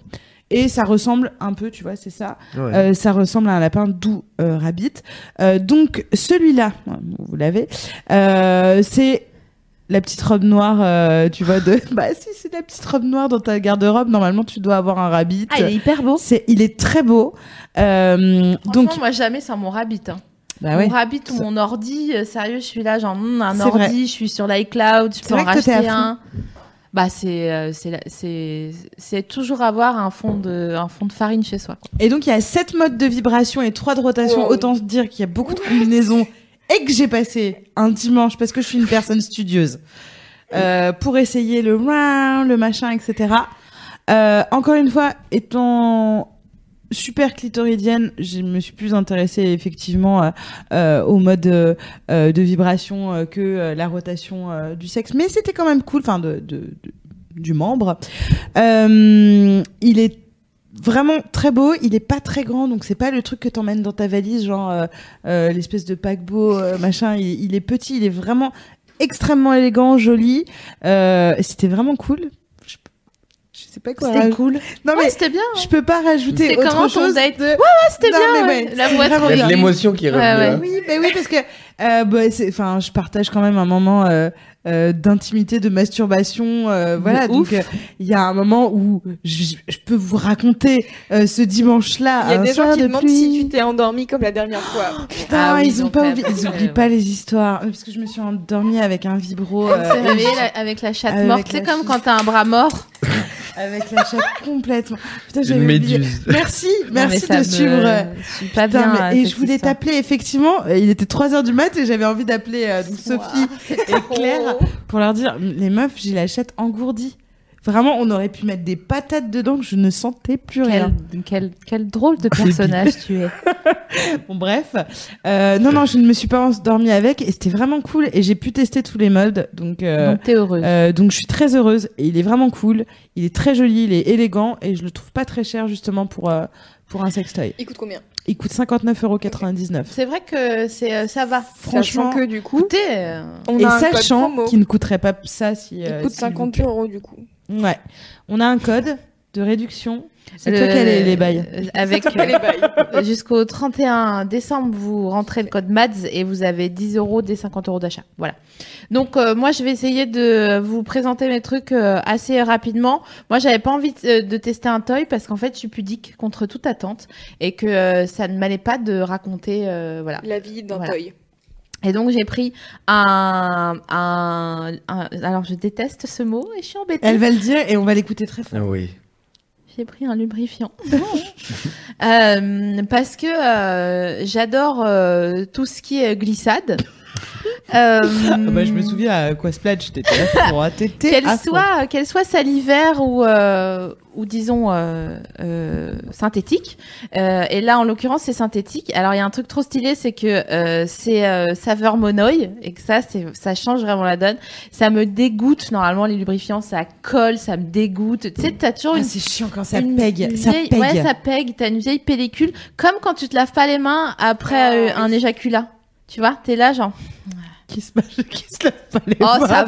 S3: et ça ressemble un peu, tu vois, c'est ça.
S4: Ouais.
S3: Euh, ça ressemble à un lapin doux euh, rabbit. Euh, donc celui-là, ouais, vous l'avez, euh, c'est la petite robe noire, euh, tu vois, de... bah si c'est la petite robe noire dans ta garde-robe, normalement tu dois avoir un rabbit.
S2: Ah, il est hyper beau.
S3: C'est, il est très beau. Euh, donc,
S2: Donc moi jamais sans mon rabbit. hein.
S3: bah ouais.
S2: Mon rabbit ou
S3: Ça-
S2: mon ordi, euh, sérieux, je suis là, genre hmm, un
S3: C'est
S2: ordi,
S3: vrai.
S2: je suis sur l'iCloud, je
S3: C'est
S2: peux en
S3: vrai que toi, t'es
S2: racheter
S3: à fond.
S2: un. Bah c'est euh, c'est la- c'est c'est toujours avoir un fond de un fond de farine chez soi.
S3: Et donc il y a sept modes de vibration et trois de rotation.
S5: Wow.
S3: Autant se dire qu'il y a beaucoup de combinaisons et que j'ai passé un dimanche parce que je suis une personne studieuse euh, pour essayer le round, le machin, etc. Euh, encore une fois, étant super clitoridienne, je me suis plus intéressée effectivement euh, euh, au mode euh, euh, de vibration euh, que euh, la rotation euh, du sexe, mais c'était quand même cool, enfin de, de- de- du membre. Euh, il est vraiment très beau, il est pas très grand, donc c'est pas le truc que t'emmènes dans ta valise, genre euh, euh, l'espèce de paquebot euh, machin. Il, il est petit, il est vraiment extrêmement élégant, joli. Euh, c'était vraiment cool. Je, je sais pas quoi.
S2: C'était
S3: raj-
S2: cool.
S3: Non
S2: Ah Ouais,
S3: mais
S2: c'était bien. hein.
S3: je peux pas rajouter
S2: C'était
S3: autre
S2: comment ton
S3: chose.
S2: date
S3: de-
S2: Ah, c'était
S3: Non,
S2: bien.
S3: mais
S2: ouais.
S3: ouais,
S2: La
S3: c'est
S2: voix trop
S3: vraiment
S4: Il y a de
S2: bien.
S4: l'émotion qui est revenue.
S2: ouais.
S4: hein.
S3: Oui, mais oui, parce que euh, bah, c'est, enfin, je partage quand même un moment euh, euh, d'intimité, de masturbation, euh, voilà.
S2: De ouf.
S3: Donc, euh, il y a un moment où je, je peux vous raconter euh, ce dimanche-là,
S5: Il y a
S3: un
S5: des gens
S3: soir
S5: qui
S3: de
S5: demandent
S3: pluie.
S5: si tu t'es endormi comme la dernière fois.
S3: Putain,
S2: Ah oui,
S3: ils ont
S2: donc
S3: pas
S2: t'as
S3: oublié,
S2: pas
S3: ils
S2: fait,
S3: oublient
S2: ouais.
S3: pas les histoires, parce que je me suis endormie avec un vibro, euh,
S2: C'est réveillé la- avec la chatte
S3: Avec
S2: morte. C'est
S3: la
S2: comme
S3: chatte.
S2: quand t'as un bras mort.
S3: avec la chatte complètement. Putain, j'avais
S4: Une
S3: oublié.
S4: méduse.
S3: Merci,
S2: Non, mais
S3: merci
S2: ça
S3: de
S2: me-
S3: suivre. euh,
S2: Je suis pas
S3: Putain,
S2: bien. euh,
S3: mais-
S2: à
S3: et
S2: cette
S3: je voulais
S2: histoire.
S3: t'appeler effectivement. euh, Il était 3 heures du mat et j'avais envie d'appeler euh, donc Sophie et Claire pour leur dire les meufs, j'ai la chatte engourdie. Vraiment, on aurait pu mettre des patates dedans que je ne sentais plus rien.
S2: hein.
S6: Quel, quel, quel drôle de personnage tu es.
S3: Bon, bref. Euh, non, non, je ne me suis pas endormie avec et c'était vraiment cool et j'ai pu tester tous les modes. Donc, euh,
S6: Donc t'es heureuse.
S3: euh, donc je suis très heureuse et il est vraiment cool. Il est très joli, il est élégant et je le trouve pas très cher justement pour, euh, pour un sextoy.
S5: Il coûte combien
S3: Il coûte 59,99€.
S2: C'est vrai que c'est euh, ça va.
S3: Franchement,
S5: Sachant que du coup,
S2: Écoutez, euh,
S5: on
S3: Et
S5: a un code
S3: sachant
S5: promo.
S3: qu'il ne coûterait pas ça si.
S5: Il
S3: euh,
S5: coûte
S3: s'il vous
S5: 50
S3: plaît.
S5: euros du coup.
S3: Ouais. On a un code de réduction. C'est
S2: le-
S3: toi qui as les, les bails.
S2: euh, Avec euh, euh, jusqu'au 31 décembre, vous rentrez le code MADS et vous avez 10 euros des 50 euros d'achat. Voilà. Donc euh, moi, je vais essayer de vous présenter mes trucs euh, assez rapidement. Moi, j'avais pas envie de, euh, de tester un toy parce qu'en fait, je suis pudique contre toute attente et que euh, ça ne m'allait pas de raconter. euh, voilà.
S5: La vie d'un
S2: Voilà.
S5: toy.
S2: Et donc j'ai pris un, un, un- alors je déteste ce mot et je suis embêtée.
S3: Elle va le dire et on va l'écouter très fort.
S4: Ah oui.
S2: J'ai pris un lubrifiant. Euh, parce que euh, j'adore euh, tout ce qui est glissade. Euh,
S3: Ah, bah, souviens à quoi Splash, j'étais là pour
S2: Qu'elle soit, qu'elle soit salivaire ou, euh, ou disons euh, euh, synthétique. Euh, et là, en l'occurrence, c'est synthétique. Alors, il y a un truc trop stylé, c'est que euh, c'est euh, saveur monoï et que ça, c'est, ça change vraiment la donne. Ça me dégoûte. Normalement, les lubrifiants, ça colle, ça me dégoûte. Tu sais, t'as toujours une
S3: Ah, c'est chiant quand ça
S2: une
S3: pègue. Ça
S2: vieille-
S3: pègue.
S2: Ouais, ça pègue. T'as une vieille pellicule, comme quand tu te laves pas les mains
S5: Ah,
S2: après euh, un éjaculat. Tu vois, t'es là genre,
S3: Qui se mâche- qui se lave pas les
S2: oh
S3: mains.
S2: ça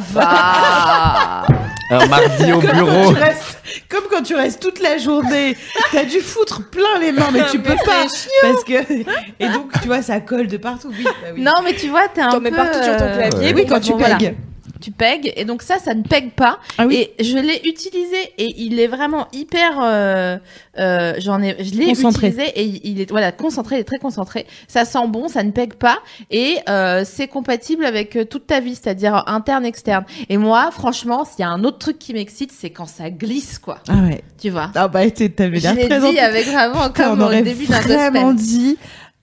S2: va.
S4: Un mardi au
S3: Comme quand
S4: bureau.
S3: tu restes- Comme quand tu restes toute la journée, t'as dû foutre plein les mains, mais tu peux pas. Parce que... Et donc, tu vois, ça colle de partout. Oui, bah oui. Ah
S2: Non mais tu vois, t'es un
S5: T'en
S2: peu.
S5: mets partout sur ton
S2: euh,
S4: Ouais.
S5: clavier,
S3: Oui, quand tu
S2: bon, voilà.
S3: pègues.
S2: Tu pègues et donc ça, ça ne pègue pas.
S3: Ah oui.
S2: Et je l'ai utilisé et il est vraiment hyper. euh, euh, J'en ai, je l'ai
S3: Concentré.
S2: utilisé et il- il est voilà concentré, il est très concentré. Ça sent bon, ça ne pègue pas et euh, c'est compatible avec euh, toute ta vie, c'est-à-dire interne, externe. Et moi, franchement, s'il y a un autre truc qui m'excite, c'est quand ça glisse, quoi.
S3: Ah ouais.
S2: Tu vois.
S3: Ah bah, t'es- t'avais
S2: Je
S3: l'air
S2: l'ai
S3: très
S2: dit euh, avec vraiment
S3: Putain,
S2: comme
S3: on
S2: dans le
S3: aurait
S2: début d'un
S3: vraiment
S2: gospel.
S3: dit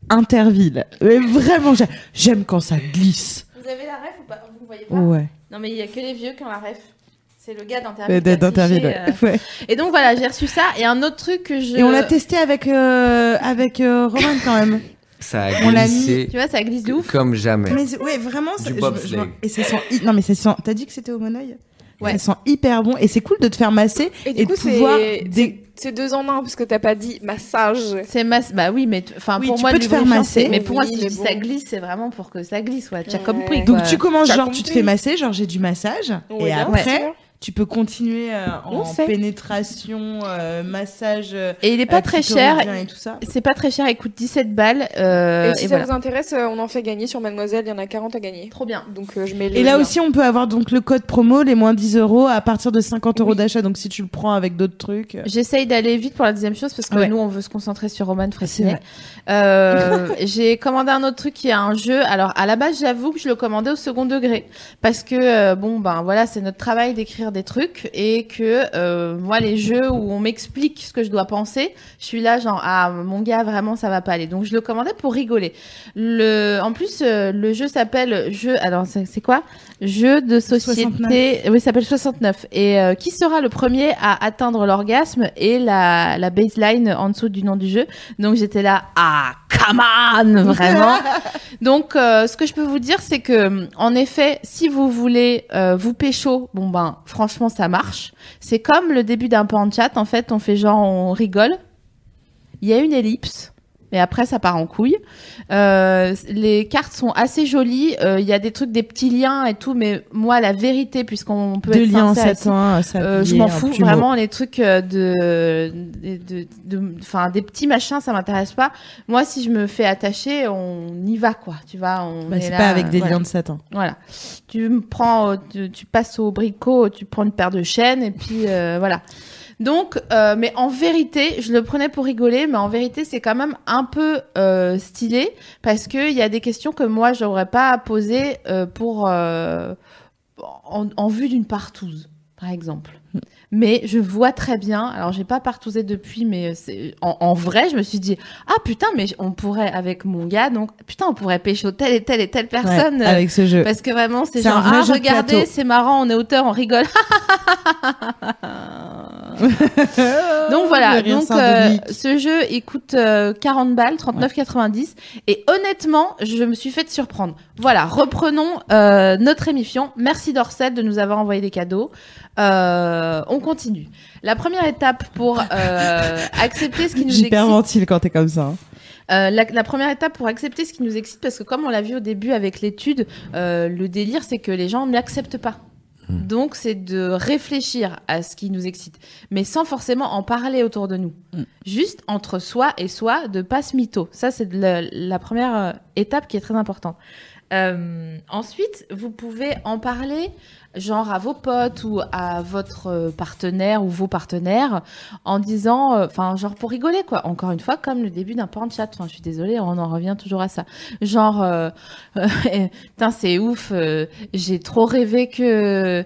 S3: Interville. Mais vraiment, j'a- j'aime quand ça glisse.
S2: Vous avez la ref ou pas Vous voyez pas
S3: Ouais.
S2: Non mais il y a que les vieux qui ont la ref. C'est le gars
S3: Euh,
S2: d'interville. qui a
S3: D'interville.
S2: figé,
S3: ouais.
S2: euh,
S3: Ouais.
S2: Et donc voilà, j'ai reçu ça. Et un autre truc que je.
S3: Et on l'a testé avec euh, avec euh, Roman quand même.
S4: Ça a
S3: On l'a mis-
S4: glissé
S2: Tu vois, ça glisse de ouf.
S4: comme jamais.
S3: mais c'est- ouais, vraiment. ça-
S4: Du
S3: je-
S4: bobsleigh.
S3: je- et ça sent. hi- Non mais ça sent. T'as dit que c'était au monoeil.
S2: Ouais.
S3: Ça sent hyper bon et c'est cool de te faire masser
S5: Et
S3: et,
S5: du coup,
S3: de pouvoir.
S5: c'est
S3: dé-
S5: c'est deux en un parce que t'as pas dit massage.
S2: C'est masse. Bah oui, mais t- enfin
S3: Oui,
S2: pour
S3: tu
S2: moi,
S3: peux
S2: le
S3: te faire
S2: lubrifiant,
S3: masser.
S2: c'est- Mais pour moi,
S5: Oui,
S2: si je
S5: mais
S2: dis
S5: bon.
S2: ça glisse, c'est vraiment pour que ça glisse. Ouais, tu as
S5: Ouais.
S2: compris.
S3: Donc
S2: quoi.
S3: tu commences
S5: T'as
S3: genre tu te
S5: compris.
S3: fais masser genre j'ai du massage
S5: Oui,
S3: et
S5: bien
S3: après
S5: sûr.
S3: tu peux continuer euh,
S5: On
S3: en
S5: sait.
S3: pénétration euh, massage. euh,
S2: Et il est pas
S3: euh,
S2: très
S3: clitoridien
S2: cher.
S3: et tout ça.
S2: C'est pas très cher. Il coûte 17 balles. euh,
S5: et si
S2: et
S5: ça
S2: voilà.
S5: vous intéresse, euh, on en fait gagner sur Mademoiselle, il y en a 40 à gagner.
S2: Trop bien.
S5: Donc euh, je mets le
S3: Et là
S5: lien.
S3: aussi, on peut avoir donc le code promo, les moins 10 euros, à partir de 50 euros
S5: Oui.
S3: d'achat. Donc si tu le prends avec d'autres trucs. euh,
S2: J'essaye d'aller vite pour la deuxième chose parce que
S3: Ouais.
S2: nous on veut se concentrer sur Roman
S3: C'est
S2: Fressinet.
S3: vrai.
S2: Euh, j'ai commandé un autre truc qui est un jeu. Alors à la base j'avoue que je le commandais au second degré parce que euh, bon ben voilà c'est notre travail d'écrire des trucs et que euh, moi les jeux où on m'explique ce que je dois penser, je suis là genre ah mon gars vraiment ça va pas aller. Donc je le commandais pour rigoler. Le en plus euh, le jeu s'appelle jeu alors c'est c'est quoi Jeu de société.
S3: 69.
S2: Et- oui, ça s'appelle 69. Et euh, qui sera le premier à atteindre l'orgasme et la, la baseline en dessous du nom du jeu. Donc j'étais là, ah, come on, vraiment. Donc euh, ce que je peux vous dire, c'est que en effet, si vous voulez euh, vous pécho, bon ben franchement ça marche. C'est comme le début d'un pan chat. En fait, on fait genre on rigole. Il y a une ellipse. Mais après, ça part en couille. Euh, les cartes sont assez jolies. Euh, Il y a des trucs, des petits liens et tout. Mais moi, la vérité, puisqu'on peut
S3: Deux
S2: être
S3: liens en
S2: sincère ici,
S3: satin, ça
S2: euh, je m'en fous vraiment les trucs euh, de, de, de- de- enfin des petits machins, ça m'intéresse pas. Moi, si je me fais attacher, on y va quoi, tu vois. On est
S3: Bah, c'est
S2: là,
S3: pas avec des
S2: voilà.
S3: liens de satin.
S2: Voilà. Tu me prends, euh, tu, tu passes au bricot, tu prends une paire de chaînes et puis euh, voilà. Donc, euh, mais en vérité, je le prenais pour rigoler, mais en vérité, c'est quand même un peu euh, stylé parce que il y a des questions que moi j'aurais pas à poser euh, pour euh, en, en vue d'une partouze, par exemple. Mais je vois très bien. Alors, j'ai pas partousé depuis, mais c'est- en, en vrai, je me suis dit ah putain, mais on pourrait avec mon gars, donc putain, on pourrait pécho telle et telle et telle
S3: Ouais,
S2: personne. euh,
S3: avec ce jeu.
S2: parce que vraiment, c'est
S3: C'est
S2: genre,
S3: un vrai
S2: ah,
S3: jeu de
S2: regardez,
S3: plateau.
S2: c'est marrant, on est auteur, on rigole. Donc voilà,
S3: Le rire
S2: donc euh,
S3: sardonique.
S2: ce jeu il coûte euh, 40 balles, 39,90 et honnêtement, je me suis fait surprendre. Voilà, reprenons euh, notre émission. Merci Dorset de nous avoir envoyé des cadeaux. Euh, on continue. La première étape pour euh, accepter ce qui nous excite.
S3: J'hyperventile quand t'es comme ça. hein.
S2: Euh, la, la première étape pour accepter ce qui nous excite, parce que comme on l'a vu au début avec l'étude, euh, le délire, c'est que les gens n'acceptent pas.
S4: Hmm.
S2: Donc, c'est de réfléchir à ce qui nous excite, mais sans forcément en parler autour de nous.
S3: Hmm.
S2: Juste entre soi et soi, de pas se mytho. Ça, c'est de la, la première euh, étape qui est très importante. Euh, ensuite, vous pouvez en parler, genre à vos potes ou à votre euh, partenaire ou vos partenaires, en disant, euh, enfin, genre pour rigoler, quoi. Encore une fois, comme le début d'un porn chat. Enfin, je suis désolée, on en revient toujours à ça. Genre, euh, putain, c'est ouf, euh, j'ai trop rêvé que.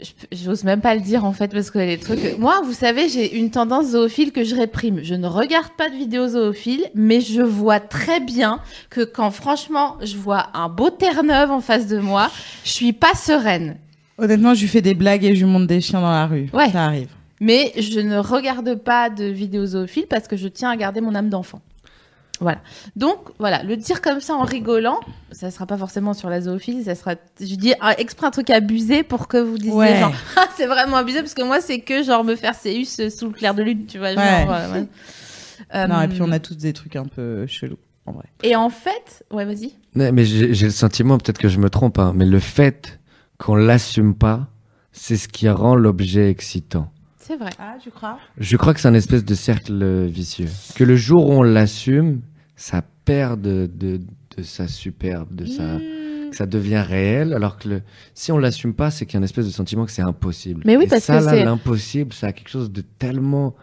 S2: je peux- J'ose même pas le dire en fait parce que les trucs. Moi, vous savez, j'ai une tendance zoophile que je réprime. Je ne regarde pas de vidéos zoophiles, mais je vois très bien que quand franchement je vois un beau Terre-Neuve en face de moi, je suis pas sereine.
S3: Honnêtement, je lui fais des blagues et je lui monte des chiens dans la rue.
S2: Ouais.
S3: Ça arrive.
S2: Mais je ne regarde pas de vidéos zoophiles parce que je tiens à garder mon âme d'enfant. Voilà. Donc, voilà, le dire comme ça en rigolant, ça sera pas forcément sur la zoophilie, ça sera, je dis un- exprès un truc abusé pour que vous disiez
S3: Ouais.
S2: genre, ah, c'est vraiment abusé parce que moi, c'est que genre me faire séus euh, sous le clair de lune, tu vois. genre,
S3: Ouais.
S2: voilà, ouais. Euh,
S3: Non, et puis on a tous des trucs un peu chelous, en vrai.
S2: et en fait, ouais, vas-y.
S4: Non, mais j'ai j'ai le sentiment, peut-être que je me trompe, hein, mais le fait qu'on l'assume pas, c'est ce qui rend l'objet excitant.
S2: C'est vrai.
S3: Ah, tu crois
S4: Je crois que c'est un espèce de cercle euh, vicieux. Que le jour où on l'assume, ça perd de, de, de sa superbe, de sa,
S2: Mmh. Mm.
S4: que ça devient réel. Alors que le- si on l'assume pas, c'est qu'il y a un espèce de sentiment que c'est impossible.
S2: Mais oui,
S4: Et
S2: parce
S4: ça,
S2: que
S4: là,
S2: c'est-
S4: l'impossible, ça a quelque chose de tellement.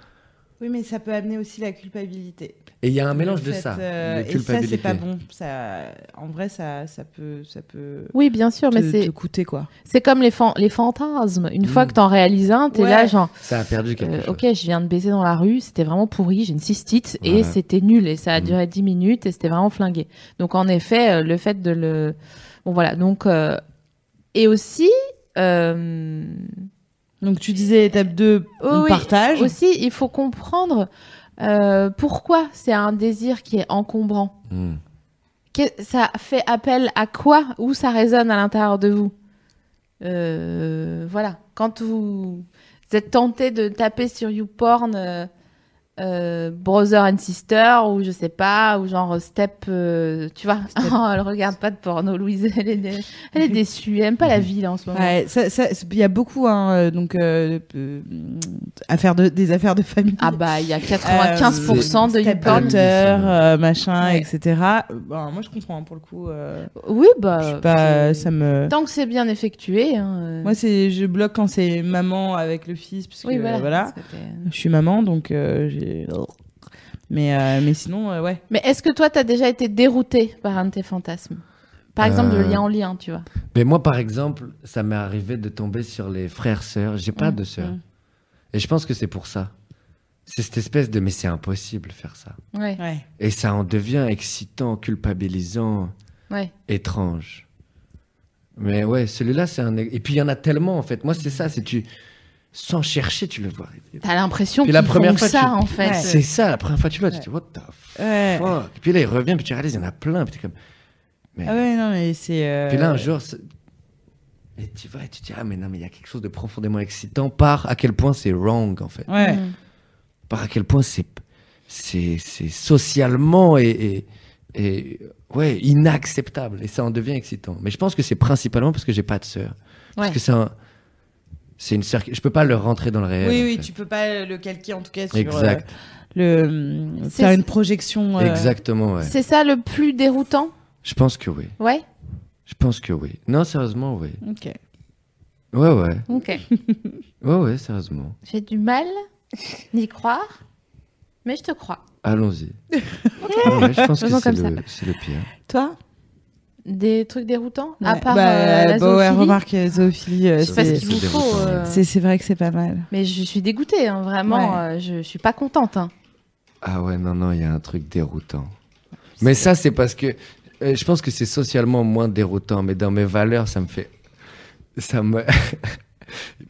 S3: Oui, mais ça peut amener aussi la culpabilité.
S4: Et il y a un mélange de
S3: Cette,
S4: ça,
S3: euh,
S4: de
S3: et ça,
S4: culpabilité.
S3: c'est pas bon. Ça, en vrai, ça, ça peut, ça peut
S2: Oui, bien sûr, mais
S3: te,
S2: c'est,
S3: te coûter quoi.
S2: c'est comme les, fan- les fantasmes. Une
S4: Mm.
S2: fois que t'en réalises un, t'es
S3: Ouais.
S2: là, genre,
S4: Ça a perdu quelque
S2: Euh,
S4: chose.
S2: ok, je viens de baiser dans la rue, c'était vraiment pourri, j'ai une cystite et
S4: Voilà.
S2: c'était nul et ça a
S4: Mm.
S2: duré 10 minutes et c'était vraiment flingué. Donc en effet, euh, le fait de le. Bon voilà, donc. euh, Et aussi. euh,
S3: Donc tu disais étape 2,
S2: Oh
S3: on
S2: oui,
S3: partage.
S2: Aussi, il faut comprendre euh, pourquoi c'est un désir qui est encombrant.
S4: Hmm.
S2: Que- ça fait appel à quoi Où ça résonne à l'intérieur de vous Euh, Voilà. Quand vous êtes tenté de taper sur YouPorn, euh, euh, Brother and Sister, ou je sais pas, ou genre Step, euh, tu vois, Oh, elle regarde pas de porno, Louise, elle est, dé- elle est déçue, elle aime pas la vie là, en ce moment.
S3: Mhm. Ouais, ça- ça- il y a beaucoup hein, euh, donc euh, euh, affaires de, des affaires de famille.
S2: Ah bah, il y a 95% de
S3: Euh, Step
S2: YouPorn.
S3: Daughter,
S4: Mmh.
S3: euh, machin,
S2: Ouais.
S3: etc. Euh, bon, moi, je comprends hein, pour le coup. euh,
S2: Oui, bah.
S3: je suis pas,
S2: c'est-
S3: ça me.
S2: Tant que c'est bien effectué. hein, euh,
S3: Moi, c'est, je bloque quand c'est maman avec le fils, parce que
S2: oui, voilà.
S3: voilà,
S2: parce que t'es-
S3: je suis maman, donc euh, j'ai. Mais euh, mais sinon, euh, ouais.
S2: Mais est-ce que toi, t'as déjà été dérouté par un de tes fantasmes Par exemple, le
S4: Euh,
S2: lien en lien, tu vois.
S4: Mais moi, par exemple, ça m'est arrivé de tomber sur les frères-sœurs. J'ai pas
S2: Mm,
S4: de sœurs.
S3: mm.
S4: Et je pense que c'est pour ça. C'est cette espèce de mais c'est impossible faire ça.
S2: Ouais,
S3: ouais.
S4: Et ça en devient excitant, culpabilisant,
S2: ouais.
S4: étrange. Mais ouais, celui-là, c'est un. Et puis il y en a tellement en fait. Moi, c'est ça. C'est tu. Sans chercher, tu le vois.
S2: T'as l'impression
S4: Puis
S2: qu'ils
S4: la
S2: font
S4: première fois,
S2: ça,
S4: tu-
S2: en fait.
S3: Ouais.
S4: C'est ça, la première fois que tu le vois,
S3: Ouais.
S4: tu te dis, what the
S3: Ouais.
S4: fuck. Puis là, il revient, puis tu réalises, il y en a plein. Puis t'es comme. Mais-
S3: Ah ouais, non, mais c'est. euh,
S4: puis là, un jour, c'est- et tu vas et tu te dis, ah, mais non, mais il y a quelque chose de profondément excitant par à quel point c'est wrong, en fait.
S3: Ouais.
S2: Mhm.
S4: Par à quel point c'est, c'est, c'est socialement et, et, et, ouais, inacceptable. Et ça en devient excitant. Mais je pense que c'est principalement parce que j'ai pas de sœur. Parce
S2: Ouais.
S4: que c'est un- c'est une sœur, qui- je peux pas le rentrer dans le réel.
S3: Oui,
S4: en
S3: oui,
S4: fait.
S3: tu peux pas le calquer en tout cas sur
S4: Exact.
S3: euh, le
S2: C'est-
S3: faire une projection. euh,
S4: Exactement, ouais.
S2: C'est ça le plus déroutant
S4: Je pense que oui.
S2: Ouais
S4: Je pense que oui. Non, sérieusement, oui.
S3: Ok.
S4: Ouais, ouais.
S2: Ok.
S4: Ouais, ouais, sérieusement.
S2: J'ai du mal d'y croire, mais je te crois.
S4: Allons-y. Ouais, je pense que
S2: Faisons
S4: c'est
S2: comme
S4: le- c'est le pire.
S3: Toi
S2: Des trucs déroutants À
S3: Ouais.
S2: part
S3: Bah,
S2: euh, la
S3: bah ouais,
S2: zoophilie
S3: remarque euh, zoophilie, euh,
S2: Je sais pas ce
S3: c'est
S2: qu'il vous
S4: C'est
S2: faut.
S4: déroutant,
S2: euh,
S3: c'est- c'est vrai que c'est pas mal.
S2: Mais je suis dégoûtée, hein, vraiment. euh, je, je suis pas contente. hein.
S4: Ah ouais, non, non, il y a un truc déroutant. Mais ça, c'est parce que euh, je pense que c'est socialement moins déroutant, mais dans mes valeurs, ça me fait. Ça me.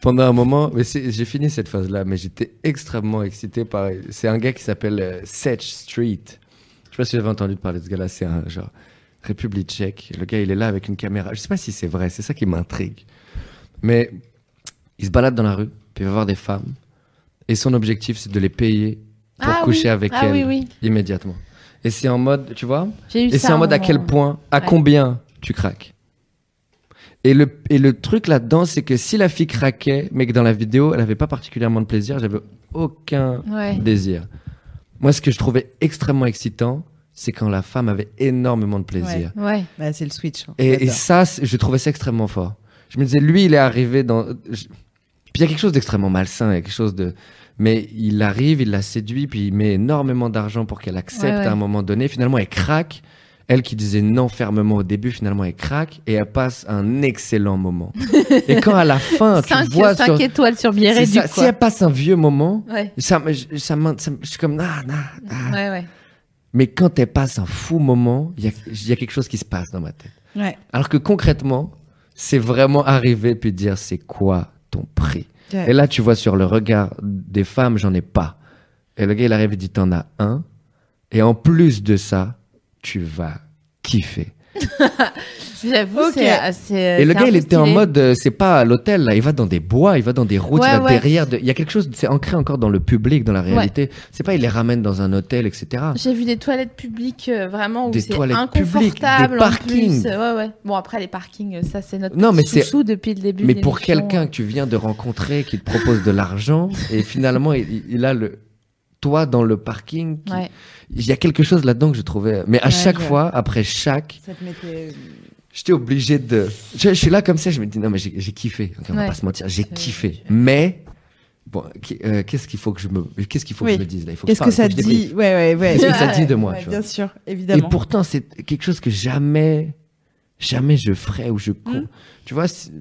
S4: pendant un moment, mais c'est- j'ai fini cette phase-là, mais j'étais extrêmement excité par. C'est un gars qui s'appelle euh, Seth Street. Je sais pas si vous avez entendu parler de ce gars-là. C'est un genre République tchèque. Le gars, il est là avec une caméra. Je sais pas si c'est vrai. C'est ça qui m'intrigue. Mais il se balade dans la rue, puis il va voir des femmes, et son objectif, c'est de les payer pour
S2: Ah oui.
S4: coucher avec
S2: Ah
S4: elles
S2: oui, oui.
S4: immédiatement. Et c'est en mode, tu vois.
S2: J'ai eu ça
S4: Et c'est
S2: un
S4: en mode à
S2: moment.
S4: quel point, à
S2: Ouais.
S4: combien tu craques. Et le, et le truc là-dedans, c'est que si la fille craquait, mais que dans la vidéo, elle n'avait pas particulièrement de plaisir, j'avais aucun
S2: Ouais.
S4: désir. Moi, ce que je trouvais extrêmement excitant, c'est quand la femme avait énormément de plaisir.
S2: Ouais.
S3: Bah, c'est le switch. hein.
S4: Et, et
S3: J'adore.
S4: ça, c'est- je trouvais ça extrêmement fort. Je me disais, lui, il est arrivé dans. je- Puis il y a quelque chose d'extrêmement malsain, il y a quelque chose de. Mais il arrive, il la séduit, puis il met énormément d'argent pour qu'elle accepte
S2: Ouais, ouais.
S4: à un moment donné. Finalement, elle craque. Elle qui disait non fermement au début, finalement, elle craque et elle passe un excellent moment. et quand à la fin, Ah, tu
S2: 5,
S4: vois. sur-
S2: étoiles sur
S4: c'est
S2: Biarritz,
S4: ça,
S2: du
S4: si elle
S2: quoi.
S4: passe un vieux moment,
S2: Ouais.
S4: ça, me- je- ça, me- ça me- je suis comme. Ah, nah, ah.
S2: Ouais, ouais.
S4: Mais quand elle passe un fou moment, il y a- il y a quelque chose qui se passe dans ma tête.
S3: Ouais,
S4: Alors que concrètement, c'est vraiment arriver puis dire c'est quoi ton prix.
S3: Ouais.
S4: Et là, tu vois sur le regard des femmes, j'en ai pas. Et le gars, il arrive et dit t'en as un. Et en plus de ça, tu vas kiffer.
S2: J'avoue,
S3: Ok.
S2: Euh, c'est assez.
S4: et le gars, il était en mode, euh, c'est pas à l'hôtel, là. Il va dans des bois, il va dans des routes,
S2: Ouais,
S4: il va
S2: ouais.
S4: derrière. de- Il y a quelque chose, c'est ancré encore dans le public, dans la réalité. C'est pas, il les ramène dans un hôtel, etc.
S2: J'ai vu des toilettes publiques euh, vraiment où
S4: Des
S2: c'est
S4: toilettes
S2: inconfortable.
S4: publiques, des
S2: en
S4: parkings.
S2: plus. Ouais, ouais. Bon, après, les parkings, euh, ça, c'est notre
S4: Non,
S2: petit
S4: mais c'est-
S2: chouchou depuis le début.
S4: Mais
S2: de
S4: pour
S2: l'émission.
S3: hein.
S4: quelqu'un que tu viens de rencontrer, qui te propose de l'argent, et finalement, il, il a le. Toi, dans le parking, qui-
S2: Ouais.
S4: il y a quelque chose là-dedans que je trouvais. Mais à
S3: Ouais,
S4: chaque
S3: je-
S4: fois, après chaque,
S3: ça te mettait. euh,
S4: j'étais obligé de. Je, je suis là comme ça, je me dis, non, mais j'ai j'ai kiffé. On va
S2: Ouais.
S4: pas se mentir, j'ai
S2: C'est-
S4: kiffé. Mais. Bon, qui- euh, qu'est-ce qu'il faut que je me. Qu'est-ce qu'il faut
S3: Oui.
S4: que je me dise là Il faut je
S3: Qu'est-ce que
S4: parle,
S3: ça
S4: faut je débriefe.
S3: dit Ouais, ouais, ouais.
S4: Qu'est-ce que ça dit de moi
S3: Ouais,
S4: tu vois
S3: Bien sûr,
S4: Et
S3: évidemment.
S4: pourtant, c'est quelque chose que jamais, jamais je ferais ou je.
S2: Hmm.
S4: con- Tu vois, c'est-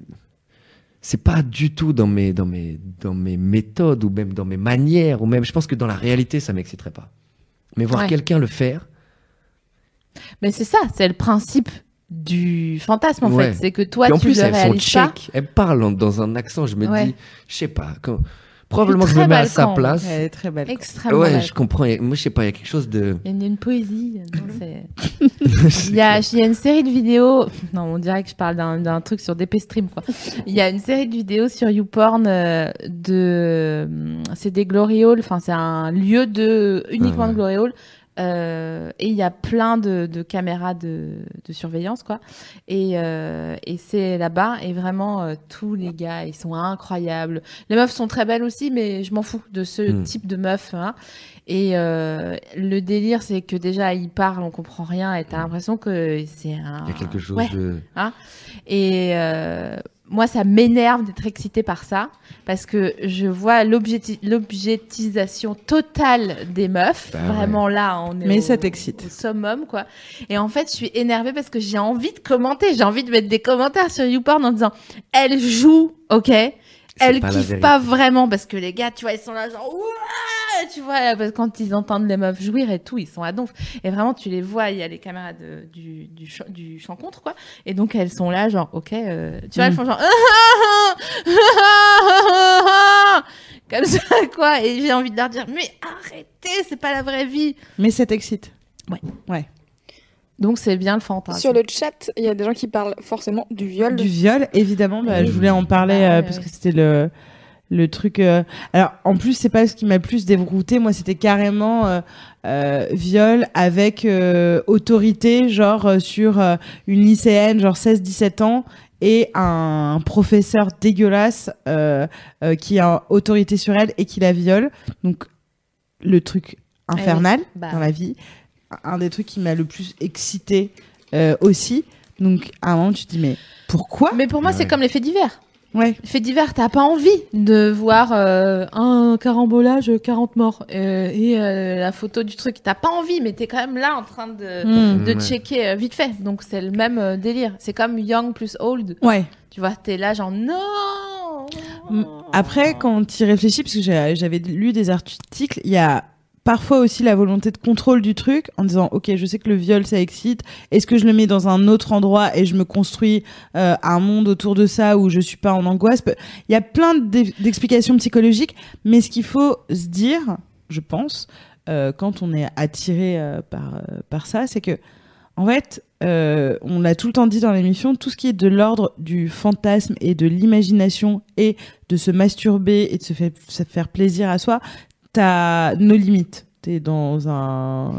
S4: c'est pas du tout dans mes, dans, mes, dans mes méthodes ou même dans mes manières ou même. Je pense que dans la réalité, ça m'exciterait pas. Mais voir
S2: Ouais.
S4: quelqu'un le faire,
S2: Mais c'est ça, c'est le principe du fantasme, en
S4: Ouais.
S2: fait. C'est que toi,
S4: Puis en
S2: tu
S4: plus
S2: le
S4: elles sont
S2: réalises pas.
S4: tchèques, elles parlent en- dans un accent. Je me
S2: Ouais.
S4: dis, je sais pas. quand- Probablement que je
S2: très
S4: me mets à
S2: balkan,
S4: sa
S2: ouais.
S4: place.
S3: Elle est très belle.
S2: Extrêmement.
S4: Ouais,
S2: mal.
S4: je comprends. Il y a- Moi, je sais pas. Il y a quelque chose de.
S2: Il y a une, une poésie. non, c'est- il, y a, il y a une série de vidéos. Non, on dirait que je parle d'un d'un truc sur DP Stream, quoi. Il y a une série de vidéos sur YouPorn euh, de. C'est des Glorioles. Enfin, c'est un lieu de uniquement
S4: Ah ouais.
S2: de Glorioles. Euh, et il y a plein de, de caméras de, de surveillance, quoi. Et, euh, et c'est là-bas. Et vraiment, euh, tous les gars, ils sont incroyables. Les meufs sont très belles aussi, mais je m'en fous de ce
S4: Hmm.
S2: type de meuf. Hein. Et euh, le délire, c'est que déjà, ils parlent, on comprend rien, et t'as l'impression que c'est un.
S4: Hmm. Il y a quelque chose
S2: Ouais.
S4: de.
S2: Et euh, moi, ça m'énerve d'être excitée par ça, parce que je vois l'objecti- l'objectisation totale des meufs.
S4: Bah ouais.
S2: Vraiment là, on est
S3: Mais
S2: au,
S3: ça t'excite.
S2: au summum, quoi. Et en fait, je suis énervée parce que j'ai envie de commenter, j'ai envie de mettre des commentaires sur YouPorn en disant elle joue, ok elle
S4: pas la
S2: kiffe
S4: vérité.
S2: pas vraiment parce que les gars, tu vois, ils sont là genre Ouah tu vois, parce que quand ils entendent les meufs jouir et tout, ils sont à donf. Et vraiment, tu les vois, il y a les caméras de- du du ch- du champ contre quoi. Et donc elles sont là genre ok, euh, tu vois,
S3: Mm.
S2: elles font genre Ah, ah, ah, ah, ah comme ça quoi. Et j'ai envie de leur dire mais arrêtez, c'est pas la vraie vie.
S3: Mais ça t'excite.
S2: Donc c'est bien le fantasme.
S5: Sur le chat, il y a des gens qui parlent forcément du viol.
S3: Du viol, évidemment, bah, je voulais en parler
S2: Ah,
S3: euh,
S2: ouais,
S3: parce
S2: ouais.
S3: que c'était le, le truc. euh, Alors, en plus, c'est pas ce qui m'a le plus dérouté. Moi, c'était carrément euh, euh, viol avec euh, autorité, genre euh, sur euh, une lycéenne, genre 16-17 ans, et un professeur dégueulasse euh, euh, qui a autorité sur elle et qui la viole. Donc, le truc
S2: oui.
S3: infernal
S2: Bah.
S3: dans la vie. Un des trucs qui m'a le plus excité euh, aussi. Donc, à un moment, tu te dis, mais pourquoi
S2: Mais pour moi,
S4: Ah Ouais.
S2: c'est comme les faits divers.
S3: Ouais.
S2: Fait divers, t'as pas envie de voir euh, un carambolage, 40 morts euh, et euh, la photo du truc. T'as pas envie, mais t'es quand même là en train de, de
S5: Hmm.
S4: Ouais.
S2: checker euh, vite fait. Donc c'est le même euh, délire. C'est comme young plus old.
S3: Ouais.
S2: Tu vois, t'es là genre non.
S5: Hmm. Ah.
S3: Après, quand tu y réfléchis, parce que j'ai- j'avais lu des articles, il y a pas parfois aussi la volonté de contrôle du truc en disant ok je sais que le viol ça excite est-ce que je le mets dans un autre endroit et je me construis euh, un monde autour de ça où je suis pas en angoisse Pe- il y a plein d'e- d'explications psychologiques mais ce qu'il faut se dire je pense euh, quand on est attiré euh, par euh, par ça c'est que en fait euh, on l'a tout le temps dit dans l'émission tout ce qui est de l'ordre du fantasme et de l'imagination et de se masturber et de se fait- se faire plaisir à soi t'as nos limites. T'es dans un,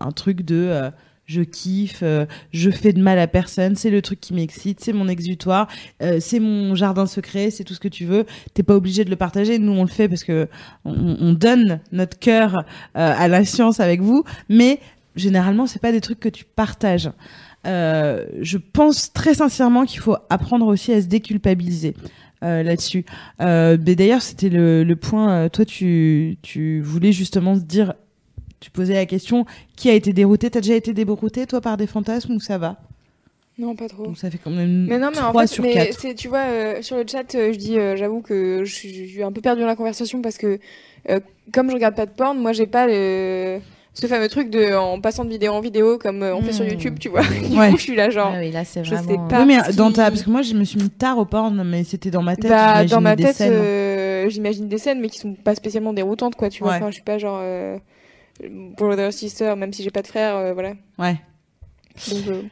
S3: un truc de euh, je kiffe, euh, je fais de mal à personne, c'est le truc qui m'excite, c'est mon exutoire, euh, c'est mon jardin secret, c'est tout ce que tu veux. T'es pas obligé de le partager. Nous, on le fait parce que on, on donne notre cœur euh, à la science avec vous, mais généralement, c'est pas des trucs que tu partages. Euh, je pense très sincèrement qu'il faut apprendre aussi à se déculpabiliser euh, là-dessus. Euh, mais d'ailleurs, c'était le, le point. euh, toi, tu, tu voulais justement se dire, tu posais la question, qui a été dérouté T'as déjà été dérouté toi par des fantasmes ou ça va
S5: Non, pas trop.
S3: Donc ça fait quand même
S5: Oh. Mais non, mais en
S3: 3
S5: fait,
S3: sur
S5: mais
S3: 4.
S5: c'est- tu vois, euh, sur le chat, euh, je dis, euh, j'avoue que je suis je suis un peu perdue dans la conversation parce que, euh, comme je regarde pas de porn, moi j'ai pas le- ce fameux truc de en passant de vidéo en vidéo comme euh, on fait sur
S2: Hmm.
S5: YouTube, tu vois. du
S3: Ouais.
S5: coup, je suis là, genre.
S2: Ah oui, là, c'est
S5: je sais
S2: vraiment.
S5: pas.
S3: Oui, mais
S5: qui-
S3: dans ta, parce que moi je me suis mis tard au porn, mais c'était dans ma tête.
S5: bah, dans
S3: j'imaginais
S5: ma
S3: des
S5: tête,
S3: scènes. hein.
S5: euh, j'imagine des scènes, mais qui sont pas spécialement déroutantes, quoi, tu vois.
S3: Ouais.
S5: Enfin, je suis pas genre. euh, Brother, sister, même si j'ai pas de frère, euh, voilà.
S3: Ouais.
S5: Donc, euh,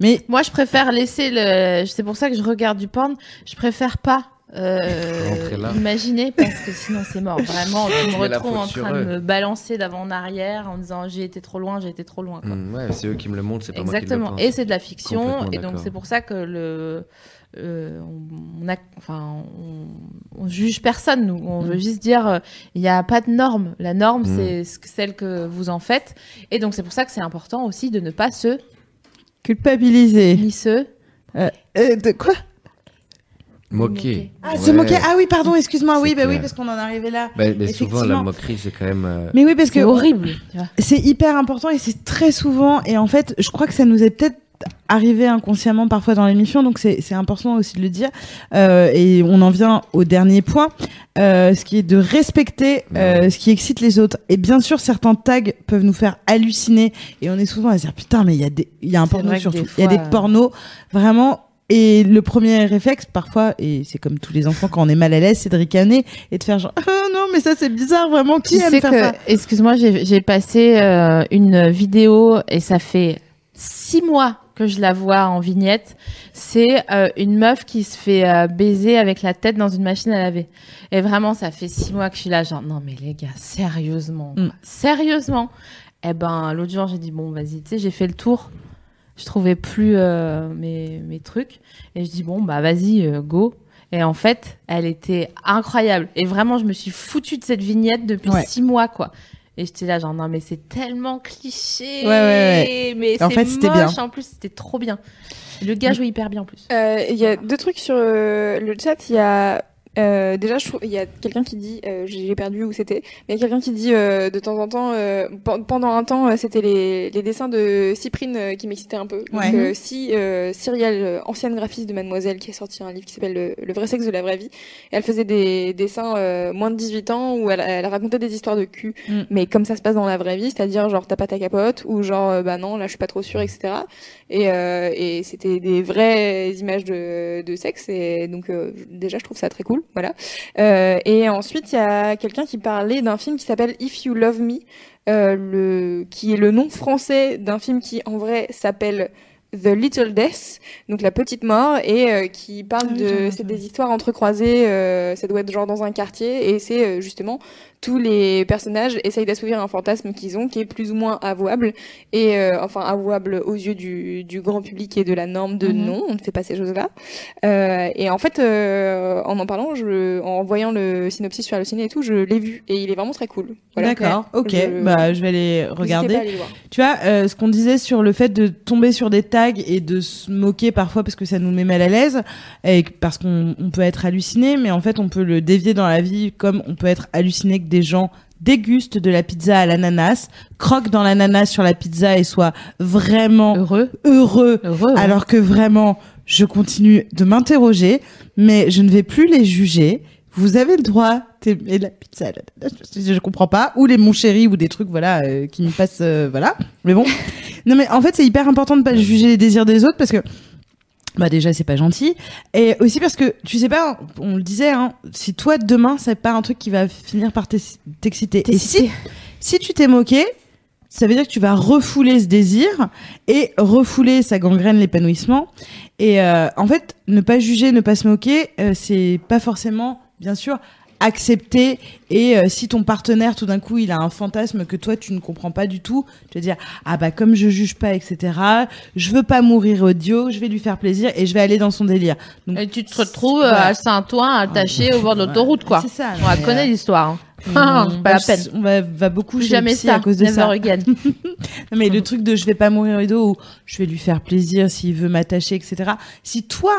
S3: Mais
S2: Moi, je préfère laisser le. C'est pour ça que je regarde du porn. Je préfère pas. euh,
S4: Rentrer là.
S2: imaginer parce que sinon c'est mort vraiment je me
S4: mets la
S2: retrouve
S4: faute
S2: en
S4: sur
S2: train de
S4: eux.
S2: me balancer d'avant en arrière en disant j'ai été trop loin j'ai été trop loin quoi.
S4: Mm, ouais, c'est eux qui me le montrent, c'est pas
S2: Exactement.
S4: moi qui le
S2: et
S4: pense.
S2: c'est de la fiction.
S4: Complètement
S2: Et donc
S4: d'accord.
S2: c'est pour ça que le, euh, on, on a, enfin, on, on juge personne. Nous, on veut juste dire, euh, il n'y a pas de norme. La norme,
S4: Mm.
S2: c'est ce que- celle que vous en faites. Et donc c'est pour ça que c'est important aussi de ne pas se
S3: culpabiliser.
S2: ni se.
S3: Euh, de quoi
S4: Moquer.
S3: Ah, se
S4: Ouais.
S3: moquer. Ah oui, pardon, excuse-moi.
S4: C'est
S3: Oui, bah oui,
S4: clair.
S3: parce qu'on en arrivait là.
S4: Bah, mais souvent, la
S3: Effectivement.
S4: moquerie, c'est quand même. euh,
S3: Mais oui, parce que
S2: C'est horrible. tu vois.
S3: c'est hyper important et c'est très souvent et en fait je crois que ça nous est peut-être arrivé inconsciemment parfois dans l'émission donc c'est c'est important aussi de le dire Euh, et on en vient au dernier point euh, ce qui est de respecter
S2: Ah
S3: euh, ce qui excite les autres et bien sûr certains tags peuvent nous faire halluciner et on est souvent à se dire putain mais il y a des il y a un
S2: C'est
S3: porno
S2: vrai que
S3: surtout
S2: des
S3: il y a
S2: fois,
S3: des
S2: euh,
S3: pornos vraiment et le premier réflexe parfois et c'est comme tous les enfants quand on est mal à l'aise c'est de ricaner et de faire genre ah non mais ça c'est bizarre vraiment qui
S2: Tu
S3: aime
S2: sais
S3: faire
S2: que,
S3: ça
S2: excuse-moi, j'ai j'ai passé euh, une vidéo et ça fait six mois que je la vois en vignette. C'est euh, une meuf qui se fait euh, baiser avec la tête dans une machine à laver. Et vraiment, ça fait six mois que je suis là, genre non mais les gars, sérieusement, quoi.
S3: Mm.
S2: sérieusement. Eh ben l'autre jour, j'ai dit bon vas-y, tu sais, j'ai fait le tour. Je trouvais plus euh, mes mes trucs et je dis bon bah vas-y euh, go. Et en fait, elle était incroyable. Et vraiment, je me suis foutue de cette vignette depuis
S3: Ouais.
S2: six mois, quoi. Et j'étais là, genre, non, mais c'est tellement cliché.
S3: Ouais, ouais,
S2: Mais
S3: En
S2: c'est
S3: fait, c'était
S2: moche.
S3: bien.
S2: En plus, c'était trop bien. Le gars jouait hyper bien, en plus.
S5: Euh, Il y a deux trucs sur euh, le chat. Il y a euh, déjà, je trouve, il y a quelqu'un qui dit, euh, j'ai perdu où c'était, mais il y a quelqu'un qui dit euh, de temps en temps, euh, pen- pendant un temps, euh, c'était les, les dessins de Cyprine euh, qui m'excitaient un peu. Donc,
S3: Ouais.
S5: euh, si euh, Cyrielle, euh, ancienne graphiste de Mademoiselle, qui a sorti un livre qui s'appelle euh, le, Le vrai sexe de la vraie vie, et elle faisait des dessins euh, moins de 18 ans où elle, elle racontait des histoires de cul,
S3: Mm.
S5: mais comme ça se passe dans la vraie vie, c'est-à-dire genre t'as pas ta capote ou genre euh, bah non, là je suis pas trop sûre, etc. Et, euh, et c'était des vraies images de, de sexe. Et donc, euh, je- déjà, je trouve ça très cool. Voilà. Euh, et ensuite, il y a quelqu'un qui parlait d'un film qui s'appelle If You Love Me, euh, le, qui est le nom français d'un film qui, en vrai, s'appelle The Little Death, donc la petite mort, et euh, qui parle
S3: Ah oui, j'en ai
S5: de,
S3: entendu
S5: c'est
S3: parler.
S5: des histoires entrecroisées, euh, ça doit être genre dans un quartier, et c'est euh, justement tous les personnages essayent d'assouvir un fantasme qu'ils ont, qui est plus ou moins avouable, et euh, enfin avouable aux yeux du, du grand public et de la norme de
S3: Mhm.
S5: non, on ne fait pas ces choses-là. Euh, et en fait, euh, en en parlant, je, en voyant le synopsis sur Allociné et tout, je l'ai vu, et il est vraiment très cool. Voilà.
S3: D'accord, ok,
S5: Je-
S3: bah, je vais aller
S5: N'hésitez
S3: regarder.
S5: pas à aller le voir.
S3: Tu vois, euh, ce qu'on disait sur le fait de tomber sur des tags et de se moquer parfois parce que ça nous met mal à l'aise, et que- parce qu'on on peut être halluciné, mais en fait on peut le dévier dans la vie comme on peut être halluciné que des gens dégustent de la pizza à l'ananas, croquent dans l'ananas sur la pizza et soient
S5: Euh.
S3: vraiment
S2: Heureux.
S3: heureux,
S2: Heureux. hein. ouais.
S3: alors que vraiment je continue de m'interroger, mais je ne vais plus les juger. Vous avez le droit t'aimer la pizza à la dada. Je, je- je comprends pas. Ou les mon chéri ou des trucs, voilà, euh, qui me passent, euh, voilà. Mais bon. Non, mais en fait, c'est hyper important de pas juger les désirs des autres parce que, bah, déjà, c'est pas gentil. Et aussi parce que, tu sais pas, on le disait, hein, si toi, demain, c'est pas un truc qui va finir par t'ex- t'exciter. Et si, si tu t'es moqué, ça veut dire que tu vas refouler ce désir et refouler ça gangrène l'épanouissement. Et euh, en fait, ne pas juger, ne pas se moquer, euh, c'est pas forcément, bien sûr, accepter. Et euh, si ton partenaire, tout d'un coup, il a un fantasme que toi, tu ne comprends pas du tout, tu vas dire ah bah comme je juge pas, etc. Je veux pas mourir audio, je vais lui faire plaisir et je vais aller dans son délire. Donc,
S2: Et tu te retrouves euh,
S3: Ouais.
S2: à Saint-Ouen, attaché au bord de l'autoroute, quoi.
S3: C'est ça.
S2: On la
S3: mais,
S2: connaît
S3: euh,
S2: l'histoire. hein. Ah, c'est pas la
S3: je-
S2: peine.
S3: On va, va beaucoup
S2: Plus
S3: chez le
S2: jamais
S3: psy
S2: ça.
S3: à cause de
S2: Never
S3: ça.
S2: again.
S3: Non, mais le truc de je vais pas mourir d'eau ou je vais lui faire plaisir s'il veut m'attacher, etc. Si toi,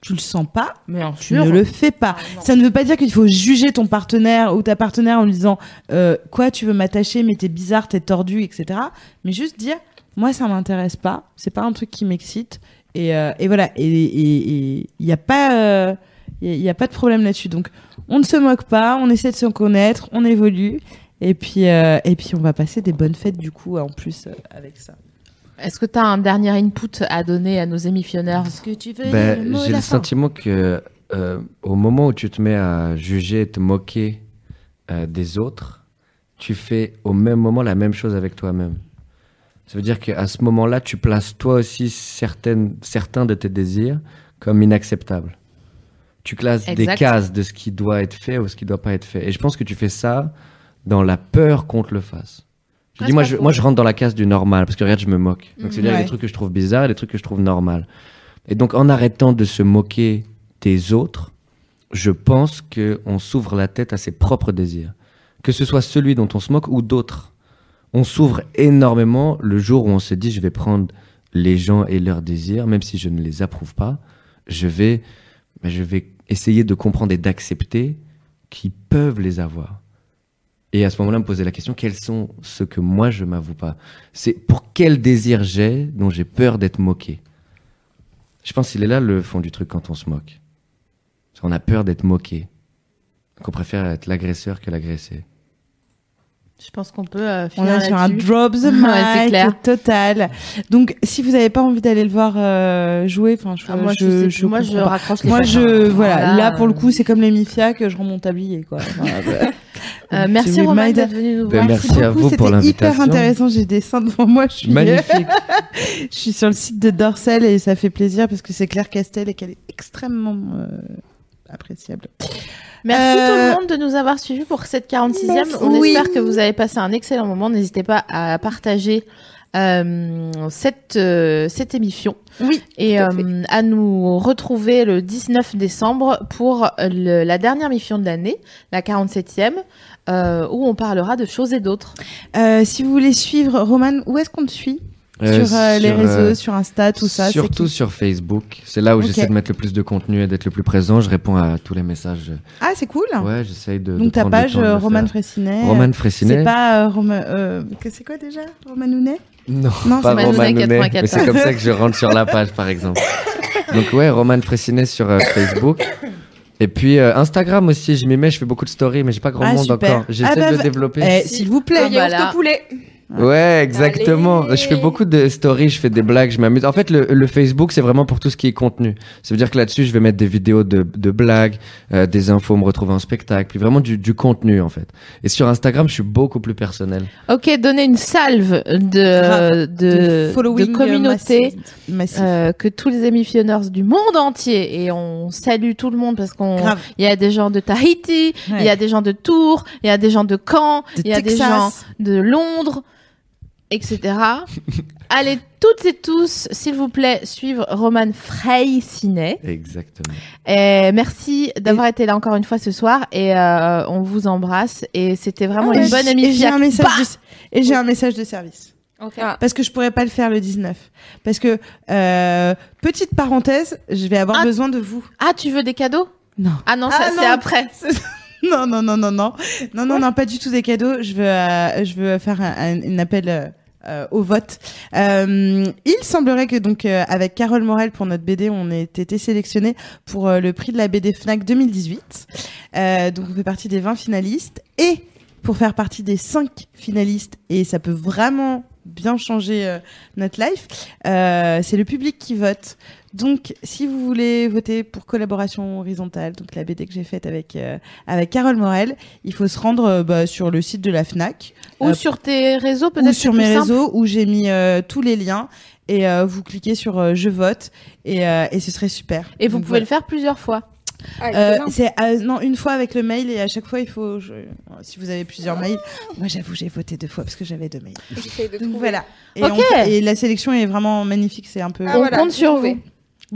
S3: tu le sens pas,
S7: Bien
S3: tu
S7: sûr.
S3: ne le fais pas. ça ne veut pas dire qu'il faut juger ton partenaire ou ta partenaire en lui disant euh, quoi tu veux m'attacher mais t'es bizarre, t'es tordu, etc. Mais juste dire moi ça m'intéresse pas, c'est pas un truc qui m'excite et, euh, et voilà et et- et il n'y a pas euh, il y a pas de problème là-dessus donc on ne se moque pas, on essaie de se connaître, on évolue. Et puis, euh, et puis, on va passer des bonnes fêtes du coup en plus euh, avec ça.
S2: Est-ce que t'as un dernier input à donner à nos émissionneurs
S3: que tu veux
S4: Ben, j'ai le sentiment que euh, au moment où tu te mets à juger et te moquer euh, des autres, tu fais au même moment la même chose avec toi-même. Ça veut dire qu'à ce moment-là, tu places toi aussi certaines, certains de tes désirs comme inacceptables. Tu classes des
S2: Exact.
S4: cases de ce qui doit être fait ou ce qui doit pas être fait. Et je pense que tu fais ça dans la peur qu'on te le fasse. Tu
S2: Ah,
S4: dis,
S2: c'est
S4: moi
S2: pas
S4: je,
S2: faux.
S4: moi, je rentre dans la case du normal parce que regarde, je me moque. Donc, c'est-à-dire
S3: Ouais.
S4: des trucs que je trouve bizarres et des trucs que je trouve normal. Et donc, en arrêtant de se moquer des autres, je pense que on s'ouvre la tête à ses propres désirs. Que ce soit celui dont on se moque ou d'autres. On s'ouvre énormément le jour où on se dit je vais prendre les gens et leurs désirs, même si je ne les approuve pas. Je vais, ben, je vais essayer de comprendre et d'accepter qu'ils peuvent les avoir. Et à ce moment-là, me poser la question quels sont ceux que moi je m'avoue pas C'est pour quel désir j'ai dont j'ai peur d'être moqué Je pense qu'il est là le fond du truc quand on se moque. Parce qu'on a peur d'être moqué. Qu'on préfère être l'agresseur que l'agressé.
S2: Je pense qu'on peut euh,
S3: On
S2: finir
S3: est sur un
S2: là-dessus.
S3: drop the
S2: Ouais,
S3: mic
S2: c'est clair.
S3: total. Donc, si vous n'avez pas envie d'aller le voir euh, jouer, enfin, je,
S2: Ah, moi, je, sais
S3: je,
S2: plus. moi, je
S3: comprends pas.
S2: raccroche les
S3: Moi,
S2: wagons.
S3: je, voilà,
S2: Voilà,
S3: là, pour le
S2: euh,
S3: coup, c'est comme les Mifia que je rends mon tablier, quoi. Voilà, bah.
S2: euh,
S3: Donc,
S2: merci
S3: c'est
S2: Romain
S3: remind-
S2: d'être venu nous
S4: Ben,
S2: voir.
S4: merci à vous
S3: beaucoup,
S4: pour
S3: c'était hyper
S4: l'invitation.
S3: intéressant. J'ai des seins devant moi. Je suis, euh,
S4: Magnifique.
S3: je suis sur le site de Dorsel et ça fait plaisir parce que c'est Claire Castel et qu'elle est extrêmement euh, appréciable.
S2: Merci
S3: Euh,
S2: tout le monde de nous avoir suivis pour cette 46e.
S3: merci.
S2: On
S3: Oui.
S2: espère que vous avez passé un excellent moment. N'hésitez pas à partager euh, cette, euh, cette émission.
S3: Oui,
S2: Et
S5: tout à
S2: euh, à nous retrouver le 19 décembre pour le- la dernière émission de l'année, la 47e, euh, où on parlera de choses et d'autres.
S3: Euh, si vous voulez suivre Roman, où est-ce qu'on te suit sur, euh, les
S4: sur,
S3: réseaux,
S4: euh,
S3: sur Insta, tout ça. c'est
S4: Surtout
S3: qui
S4: sur Facebook. C'est là où
S3: Ok.
S4: j'essaie de mettre le plus de contenu et d'être le plus présent. Je réponds à tous les messages.
S3: Ah, c'est cool.
S4: Ouais, j'essaye de. de
S3: Donc ta
S4: prendre le
S3: page
S4: temps de le
S3: euh, Roman
S4: faire.
S3: Fressinet.
S4: Roman
S3: C'est
S4: Fressinet.
S3: pas euh, Roman. euh, que- c'est quoi déjà Roman Hounet
S4: Non,
S3: Non,
S4: pas
S2: c'est
S4: Roman
S2: Manounet
S4: Hounet,
S2: 94.
S4: Mais c'est comme ça que je rentre sur la page, par exemple. Donc ouais, Roman Fressinet sur euh, Facebook. Et puis euh, Instagram aussi, je m'y mets, je fais beaucoup de stories, mais j'ai pas grand
S3: Ah,
S4: monde
S3: super.
S4: encore. J'essaie
S3: Ah bah, v-
S4: de le développer.
S3: Eh, S'il vous plaît.
S2: Ah, voilà.
S5: poulet.
S4: Ouais, exactement.
S5: Allez.
S4: Je fais beaucoup de stories, je fais des blagues, je m'amuse. En fait, le, le Facebook, c'est vraiment pour tout ce qui est contenu. Ça veut dire que là-dessus, je vais mettre des vidéos de, de blagues, euh, des infos, me retrouver en spectacle, puis vraiment du, du contenu, en fait. Et sur Instagram, je suis beaucoup plus personnel.
S2: Ok, donnez une salve de,
S3: Grave.
S2: de, de
S3: following, euh,
S2: communauté.
S3: massif- massif.
S2: euh, que tous les émissionneurs du monde entier et on salue tout le monde parce qu'on
S3: Grave.
S2: il y a des gens de Tahiti, il
S3: Ouais.
S2: y a des gens de Tours, il y a des gens de Caen,
S3: De
S2: il y a des
S3: Texas.
S2: gens de Londres, etc. Allez toutes et tous, s'il vous plaît, suivre Roman Frey Ciné.
S4: Exactement.
S2: Et merci d'avoir été là encore une fois ce soir et euh, on vous embrasse et c'était vraiment
S3: Ah ouais,
S2: une bonne Bah
S3: Et j'ai
S2: émission.
S3: un message de- et j'ai un message de service.
S5: Ah.
S3: Parce que je pourrais pas le faire le 19. Parce que, euh, petite parenthèse, je vais avoir
S2: Ah.
S3: besoin de vous.
S2: Ah, tu veux des cadeaux
S3: Non.
S2: Ah non,
S3: Ah
S2: ça c'est
S3: non.
S2: après.
S3: Non, non, non, non, non. Non, non, non, pas du tout des cadeaux. Je veux, euh, je veux faire un, un- un appel euh, euh, au vote. Euh, il semblerait que donc euh, avec Carole Morel pour notre BD, on ait été sélectionné pour euh, le prix de la BD Fnac 2018. Euh, donc on fait partie des 20 finalistes et pour faire partie des 5 finalistes et ça peut vraiment bien changer euh, notre life, euh, c'est le public qui vote. Donc, si vous voulez voter pour collaboration horizontale, donc la BD que j'ai faite avec euh, avec Carole Morel, il faut se rendre euh, bah, sur le site de la Fnac
S2: Ou
S3: Euh,
S2: sur tes réseaux,
S3: ou
S2: peut-être
S3: sur
S2: c'est
S3: mes
S2: plus simple.
S3: réseaux où j'ai mis euh, tous les liens et euh, vous cliquez sur euh, je vote et, euh, et ce serait super.
S2: Et vous
S3: Donc,
S2: pouvez
S3: voilà.
S2: le faire plusieurs fois.
S5: Ah,
S3: Euh,
S5: excellent.
S3: c'est euh, non une fois avec le mail et à chaque fois il faut je- si vous avez plusieurs mails moi j'avoue j'ai voté deux fois parce que j'avais deux mails
S5: J'essaye de
S3: donc
S5: trouver.
S3: voilà et,
S2: Ok.
S3: on- et la sélection est vraiment magnifique c'est un peu
S5: Ah,
S2: on
S5: voilà,
S2: compte
S5: j'ai
S2: sur
S5: trouvé.
S2: vous.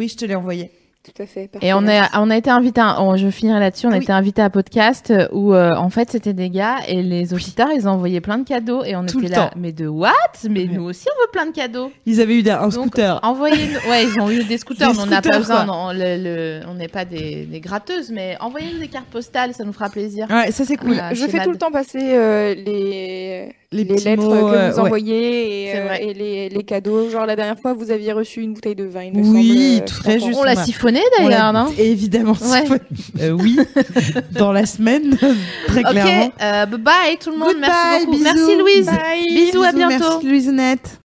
S3: oui je te l'ai envoyé
S5: Tout à fait.
S2: Et on,
S5: parfait.
S2: est, on a été invité, à- on- je finirai là-dessus, on a
S3: Oui.
S2: été invité à un podcast euh, où euh, en fait c'était des gars et les auditeurs ils envoyaient plein de cadeaux et on
S3: Tout
S2: était
S3: le
S2: là.
S3: temps.
S2: Mais de what Mais
S3: Ouais.
S2: nous aussi on veut plein de cadeaux.
S3: ils avaient eu un
S2: Donc,
S3: scooter
S2: Envoyez-nous. Ouais, ils ont eu des scooters,
S3: Des
S2: mais on n'a pas
S3: scooters,
S2: besoin.
S3: quoi.
S2: non, le- le- on n'est pas des, des gratteuses, mais envoyez-nous des cartes postales, ça nous fera plaisir.
S3: ouais ça c'est cool
S2: Voilà. un
S5: Je fais
S2: schéma
S5: tout
S2: de-
S5: le temps passer euh, les,
S3: Les
S5: les,
S3: petits
S5: lettres
S3: mots,
S5: que
S3: euh,
S5: vous
S3: ouais.
S5: envoyez et,
S2: C'est
S5: euh,
S2: vrai.
S5: et les, les cadeaux. Genre la dernière fois, vous aviez reçu une bouteille de vin. il
S3: Oui,
S5: me semble, euh,
S3: très
S5: quand on-
S3: juste.
S2: on l'a
S3: ouais.
S2: siphonné
S3: On l'a-
S2: d'ailleurs, non
S3: évidemment c'est
S2: Ouais.
S3: vrai. Euh, oui dans la semaine très
S2: Ok,
S3: clairement
S2: euh, bye bye tout le monde, merci
S3: Goodbye,
S2: beaucoup.
S3: bisous.
S2: merci Louise.
S3: Bye.
S2: Bisous, à bientôt.
S3: merci Louisenette